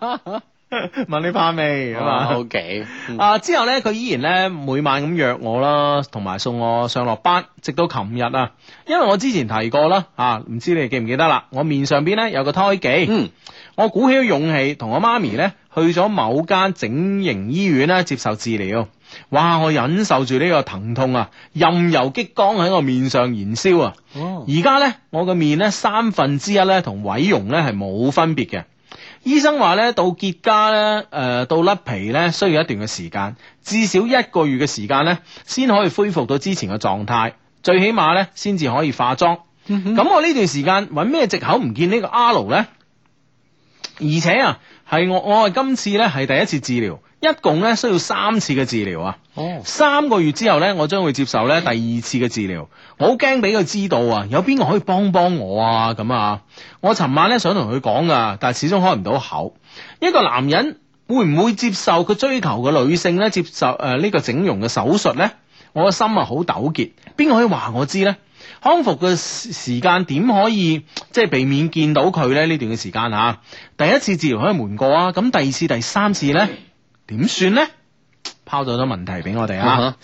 A: 問你怕未咁啊
C: 啊。，OK，嗯
A: 啊！之後咧，佢依然咧每晚咁約我啦，同埋送我上落班，直到琴日啊。因為我之前提過啦，啊，唔知你哋記唔記得啦？我面上邊咧有個胎記，
C: 嗯，
A: 我鼓起勇氣同我媽咪咧去咗某間整形醫院咧接受治療。哇！我忍受住呢個疼痛啊，任由激光喺我面上燃燒啊！
C: 哦，
A: 而家咧，我嘅面咧三分之一咧同毀容咧係冇分別嘅。醫生話咧，到結痂咧，誒、到甩皮咧，需要一段嘅時間，至少一個月嘅時間咧，先可以恢復到之前嘅狀態，最起碼咧，先至可以化妝。
B: 嗯
C: 咁
A: 咁我呢段時間揾咩藉口唔見呢個 R 咧？而且啊，係我我係今次咧係第一次治療，一共咧需要三次嘅治療啊。
C: 哦，
A: 三個月之後呢，我將會接受呢第二次嘅治療。我好驚俾佢知道啊，有邊個可以幫幫我啊咁啊！我尋晚呢想同佢講噶，但係始終開唔到口。一個男人會唔會接受佢追求嘅女性呢？接受誒呢、個整容嘅手術呢？我個心啊好糾結，邊個可以話我知呢？康復嘅時時間點可以即係避免見到佢咧？呢段嘅時間嚇，第一次治療可以瞞過啊，咁第二次、第三次咧點算咧？拋咗好多問題俾我哋啊！
C: 啊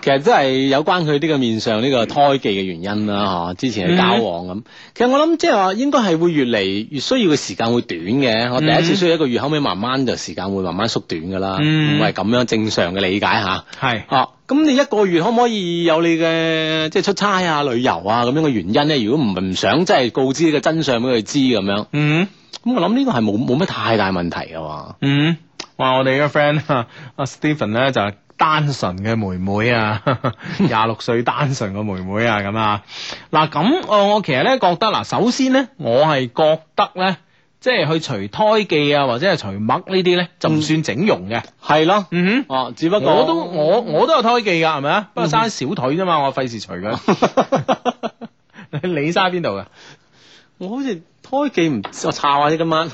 C: 其實都係有關佢呢個面上呢個胎記嘅原因啦，嚇之前嘅交往咁。其實我諗即係話應該係會越嚟越需要嘅時間會短嘅。我第一次需要一個月，後尾慢慢就時間會慢慢縮短噶啦，
A: 嗯
C: 唔係咁樣正常嘅理解下。
A: 係
C: 哦，咁你一個月可唔可以有你嘅即係出差啊、旅遊啊咁樣嘅原因咧？如果唔唔想即係告知呢個真相俾佢知咁樣，
A: 嗯。
C: 咁我諗呢個係冇冇乜太大問題嘅喎。
A: 嗯，哇！我哋嘅 friend 啊，阿 Stephen 咧就係單純嘅妹妹 啊，廿六歲單純嘅妹妹啊，咁啊，嗱咁我我其實咧覺得嗱，首先咧我係覺得咧，即係去除胎記啊，或者係除癦呢啲咧，就唔算整容嘅。
C: 係咯，
A: 嗯哼。
C: 哦，只不過
A: 我都我我都有胎記噶，係咪啊？不過生小腿啫嘛，我費事除 佢。你生喺邊度 噶？
C: 我好似胎記唔，我查下先今晚，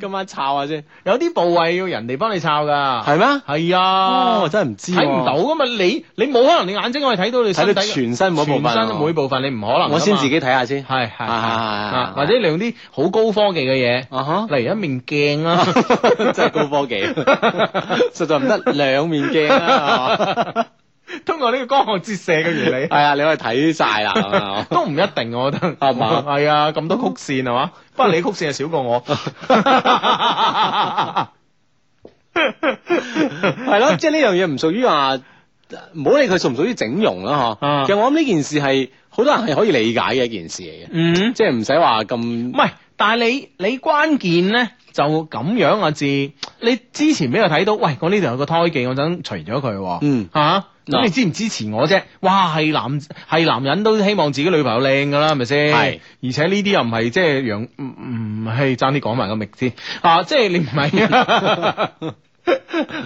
C: 今晚查下先，
A: 有啲部位要人哋幫你抄噶。
C: 係咩？
A: 係啊，
C: 哦，真係唔知喎
A: 睇唔到，噶嘛？你你冇可能你眼睛可以睇到你身體
C: 睇到全身每一部分啊
A: 全身每部分你唔可能㗎嘛。
C: 我先自己睇下先。
A: 係係係
C: 啊啊啊
A: 啊
C: 啊
A: 或者你用啲好高科技嘅嘢，
C: 啊哈，
A: 例如一面鏡啊啦。
C: 真係高 科技，實在唔得兩面鏡啦。
A: 啊
C: 係嘛
A: 通過呢個光學折射嘅原理
C: 係，啊，你可以睇 晒啦。啊係嘛
A: 都唔一定，我覺得
C: 係嘛
A: 係啊，咁多曲線係嘛？ 不過你曲線係少過我。
C: 係咯，即係呢樣嘢唔屬於話，唔好理佢屬唔屬於整容啦，
A: 啊
C: 嗬。其實我諗呢件事係好多人係可以理解嘅一件事嚟嘅，
A: 嗯。
C: 即係唔使話咁
A: 唔。係，但係你你關鍵咧就咁樣啊字，你之前俾我睇到，喂，我呢度有個胎記，我想除咗佢喎，
C: 嗯
A: 嚇、咁
C: 嗱
A: 你支唔支持我啫？哇，係男係男人都希望自己女朋友靚噶啦，係咪先？
C: 係，
A: 而且呢啲又唔係即係陽，唔唔係爭啲講埋個名先啊！即係你唔 係。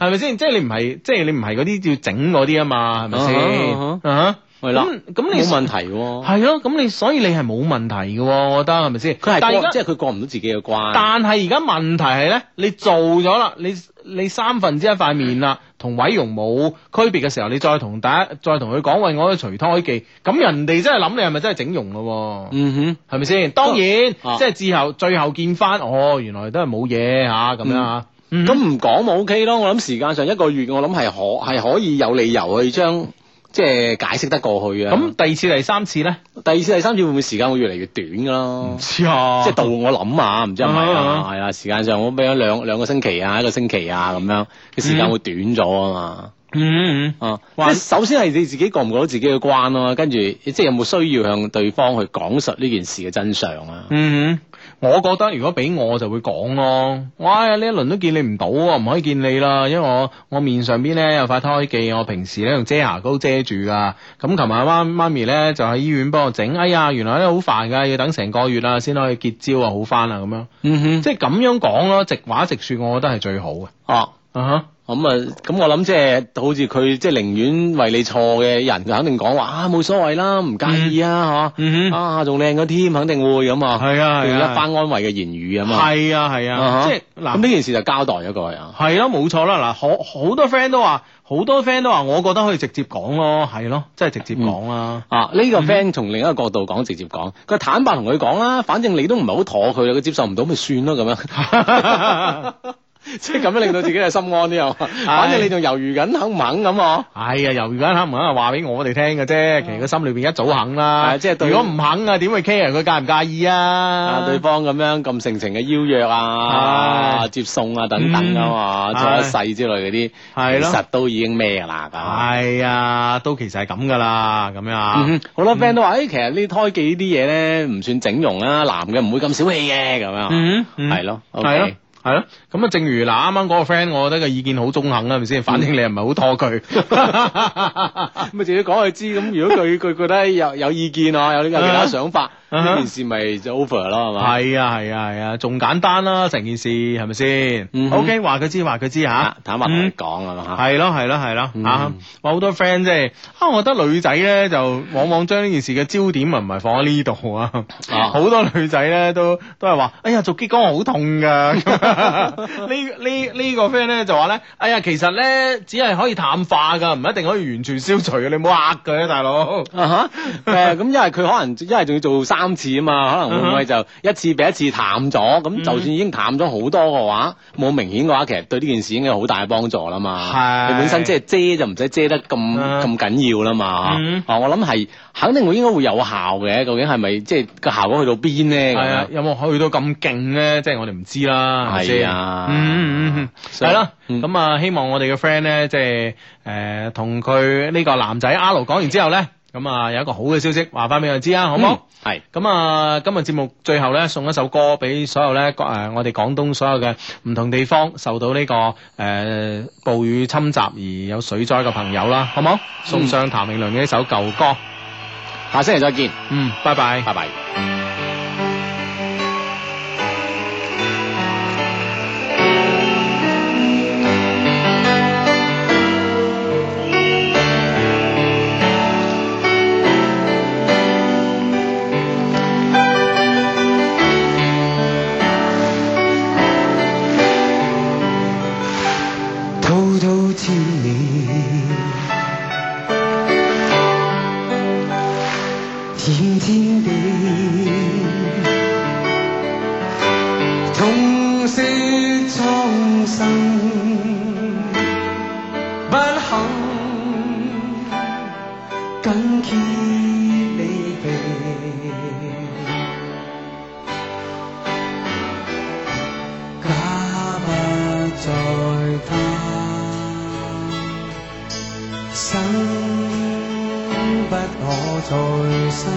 A: 係咪先？即係你唔係，即係你唔係嗰啲要整嗰啲啊嘛，係咪先？
C: 啊
A: 啊
C: 係啦
A: 咁咁你
C: 冇問題喎。
A: 係咯，咁你所以你係冇問題嘅喎，我覺得係咪先？
C: 佢
A: 但
C: 係
A: 而
C: 過，
A: 家
C: 即係佢過唔到自己嘅關。
A: 但係而家問題係咧，你做咗啦，你你三分之一塊面啦，同毀容冇區別嘅時候，你再同大家再同佢講，喂，我去除胎記，咁人哋真係諗你係咪真係整容咯喎？
C: 嗯
A: 係咪先？當然，
C: 啊
A: 即係之後最後見翻，哦，原來都係冇嘢嚇咁樣嚇。
C: 哼，
A: 嗯
C: 咁唔講咪 OK 咯。我諗時間上一個月，我諗係可係可以有理由去將即係解釋得過去嘅。啊
A: 咁第二次、第三次咧，
C: 第二次、第三次會唔會時間會越嚟越短㗎咯？
A: 知啊
C: 即係到我諗啊，唔知係咪
A: 啊
C: 嗯啊？係啦，時間上我俾咗兩兩個星期啊，一個星期啊咁樣，嘅時間會短咗啊嘛。
A: 嗯嗯
C: 啊，即
A: 哇
C: 係首先係你自己過唔過到自己嘅關咯，跟住即係有冇需要向對方去講述呢件事嘅真相啊？
A: 嗯，我覺得如果俾我就會講咯。哇！呢一輪都見你唔到喎，唔可以見你啦，因為我我面上邊咧有塊胎記，我平時咧用遮瑕膏遮住噶。咁琴晚媽媽咪咧就喺醫院幫我整，哎呀，原來咧好煩㗎，要等成個月啦先可以結焦啊，好翻啊咁樣。
C: 嗯哼，
A: 即係咁樣講咯，直話直説，我覺得係最好嘅。
C: 哦。
A: 啊哈
C: 咁啊，咁我諗即係好似佢即係寧願為你錯嘅人，佢肯定講話啊冇所謂啦，唔介意啊，嗬、
A: 嗯哼
C: 啊仲靚咗添，肯定會咁啊，
A: 係啊係啊
C: 會有一番安慰嘅言語啊嘛，
A: 係啊係啊，
C: 哈
A: 即係
C: 咁
A: 嗱
C: 呢。件事就交代咗過去啊，
A: 係咯，冇錯啦。嗱，好好多 friend 都話，好多 friend 都話，我覺得可以直接講咯，係咯，即係直接講啦。
C: 啊呢、
A: 嗯
C: 個 friend 從另一個角度講，直接講，佢坦白同佢講啦，反正你都唔係好妥佢啦，佢接受唔到咪算咯咁 樣，即係咁樣令到自己嘅心安啲 啊，反正你仲猶豫緊肯唔肯咁啊。
A: 哎呀，猶豫緊肯唔肯係話俾我哋聽嘅啫，其實佢心裏邊一早肯啦。
C: 嗯係即係對
A: 如果唔肯啊，點會 care 佢介唔介意啊？
C: 啊，對方咁樣咁盛情嘅邀約
A: 唉
C: 啊、接送啊等等啊嘛，
A: 嗯
C: 做一世之類嗰啲，
A: 係咯
C: 其實都已經咩㗎啦咁。
A: 係啊，都其實係咁噶啦，咁樣啊
C: 嗯。好多 friend 都話：，誒，其實呢胎記呢啲嘢咧，唔算整容啦，男嘅唔會咁小氣嘅，咁樣。
A: 嗯，
C: 係咯
A: 係咯
C: OK。
A: 係咯，咁啊，正如嗱，啱啱嗰個 friend，我覺得個意見好中肯啊啦，係咪先？反正你又唔係好拖佢，
C: 咁啊，自己講佢知。咁如果 佢佢覺得有有意見啊，有有其他想
A: 啊
C: 法，
A: 哈
C: 呢件事咪就 over 咯，係嘛？
A: 係啊係啊係啊，仲簡單啦，成件事係咪先
C: 嗯哼
A: ？OK，話佢知話佢知
C: 啊
A: 吓，
C: 坦白同
A: 嗯
C: 佢講啊嘛嚇。
A: 係咯係咯係咯
C: 嗯
A: 啊！我好多 friend 即係啊，我覺得女仔咧就往往將呢件事嘅焦點啊唔係放喺呢度啊，
C: 啊
A: 好多女仔咧都都係話，哎呀做激光好痛㗎，咁呢呢呢個 friend 咧就話咧，哎呀，其實咧只係可以淡化㗎，唔一定可以完全消除嘅，你唔好呃佢啊，大佬。
C: 啊哈！誒咁，因為佢可能一係仲要做三次啊嘛，可能會唔會就一次比一次淡咗？
A: 嗯
C: 咁就算已經淡咗好多嘅話，冇明顯嘅話，其實對呢件事已經有好大嘅幫助啦嘛。
A: 係
C: 你本身即係遮就唔使遮得咁
A: 啊
C: 咁緊要啦嘛。
A: 嗯
C: 啊，我諗係肯定會應該會有效嘅，究竟係咪即係個效果去到邊咧？
A: 係啊，
C: 咁
A: 有冇去到咁勁咧？即係我哋唔知啦，係咪先
C: 係啊
A: 嗯嗯嗯，系
C: 所以
A: 啦，
C: 嗯
A: 咁啊，希望我哋嘅 friend 咧，即係诶，同佢呢個男仔阿盧講完之後咧，咁啊有一個好嘅消息話翻俾我知啊，好
C: 樣
A: 唔好？？
C: 嗯係
A: 咁啊，今日節目最後咧，送一首歌俾所有咧，誒、我哋廣東所有嘅唔同地方受到呢、個誒、暴雨侵襲而有水災嘅朋友啦，好冇？送上譚詠麟嘅一首舊歌，
C: 下星期再見，
A: 嗯，拜拜。
C: 拜拜。
B: 滔滔千年，天天變，痛惜蒼生不肯緊貼你臂。家不在他身，不可再生，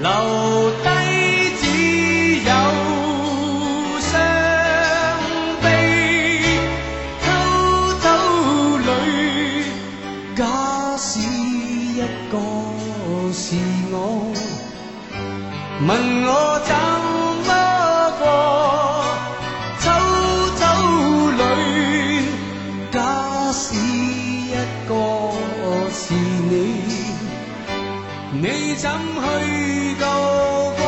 B: 留低只有傷悲，偷偷裏，假使一個是我。問我怎麼過？秋秋裏，假使一個是你，你怎去度過？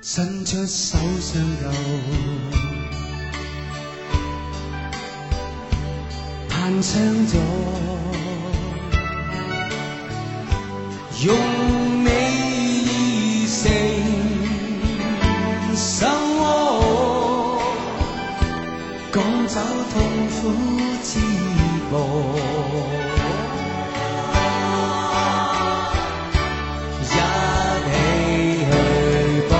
B: 伸出手相救，盼傷咗，用你誠手握，趕走痛苦之魔。一起去幫，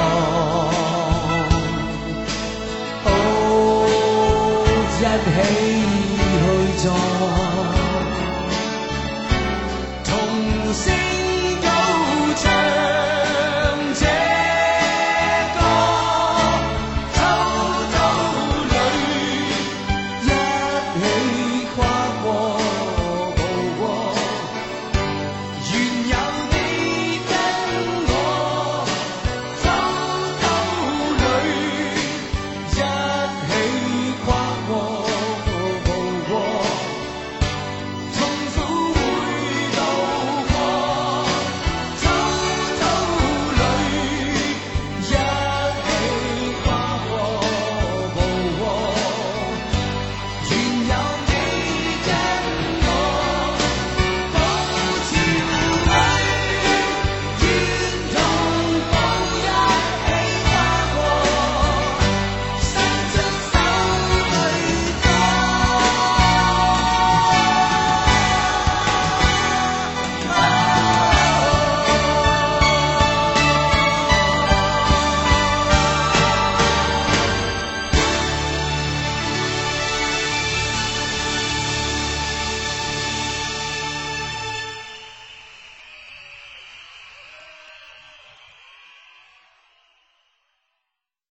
B: 哦，一起去做，同聲高唱這歌，偷偷裏一起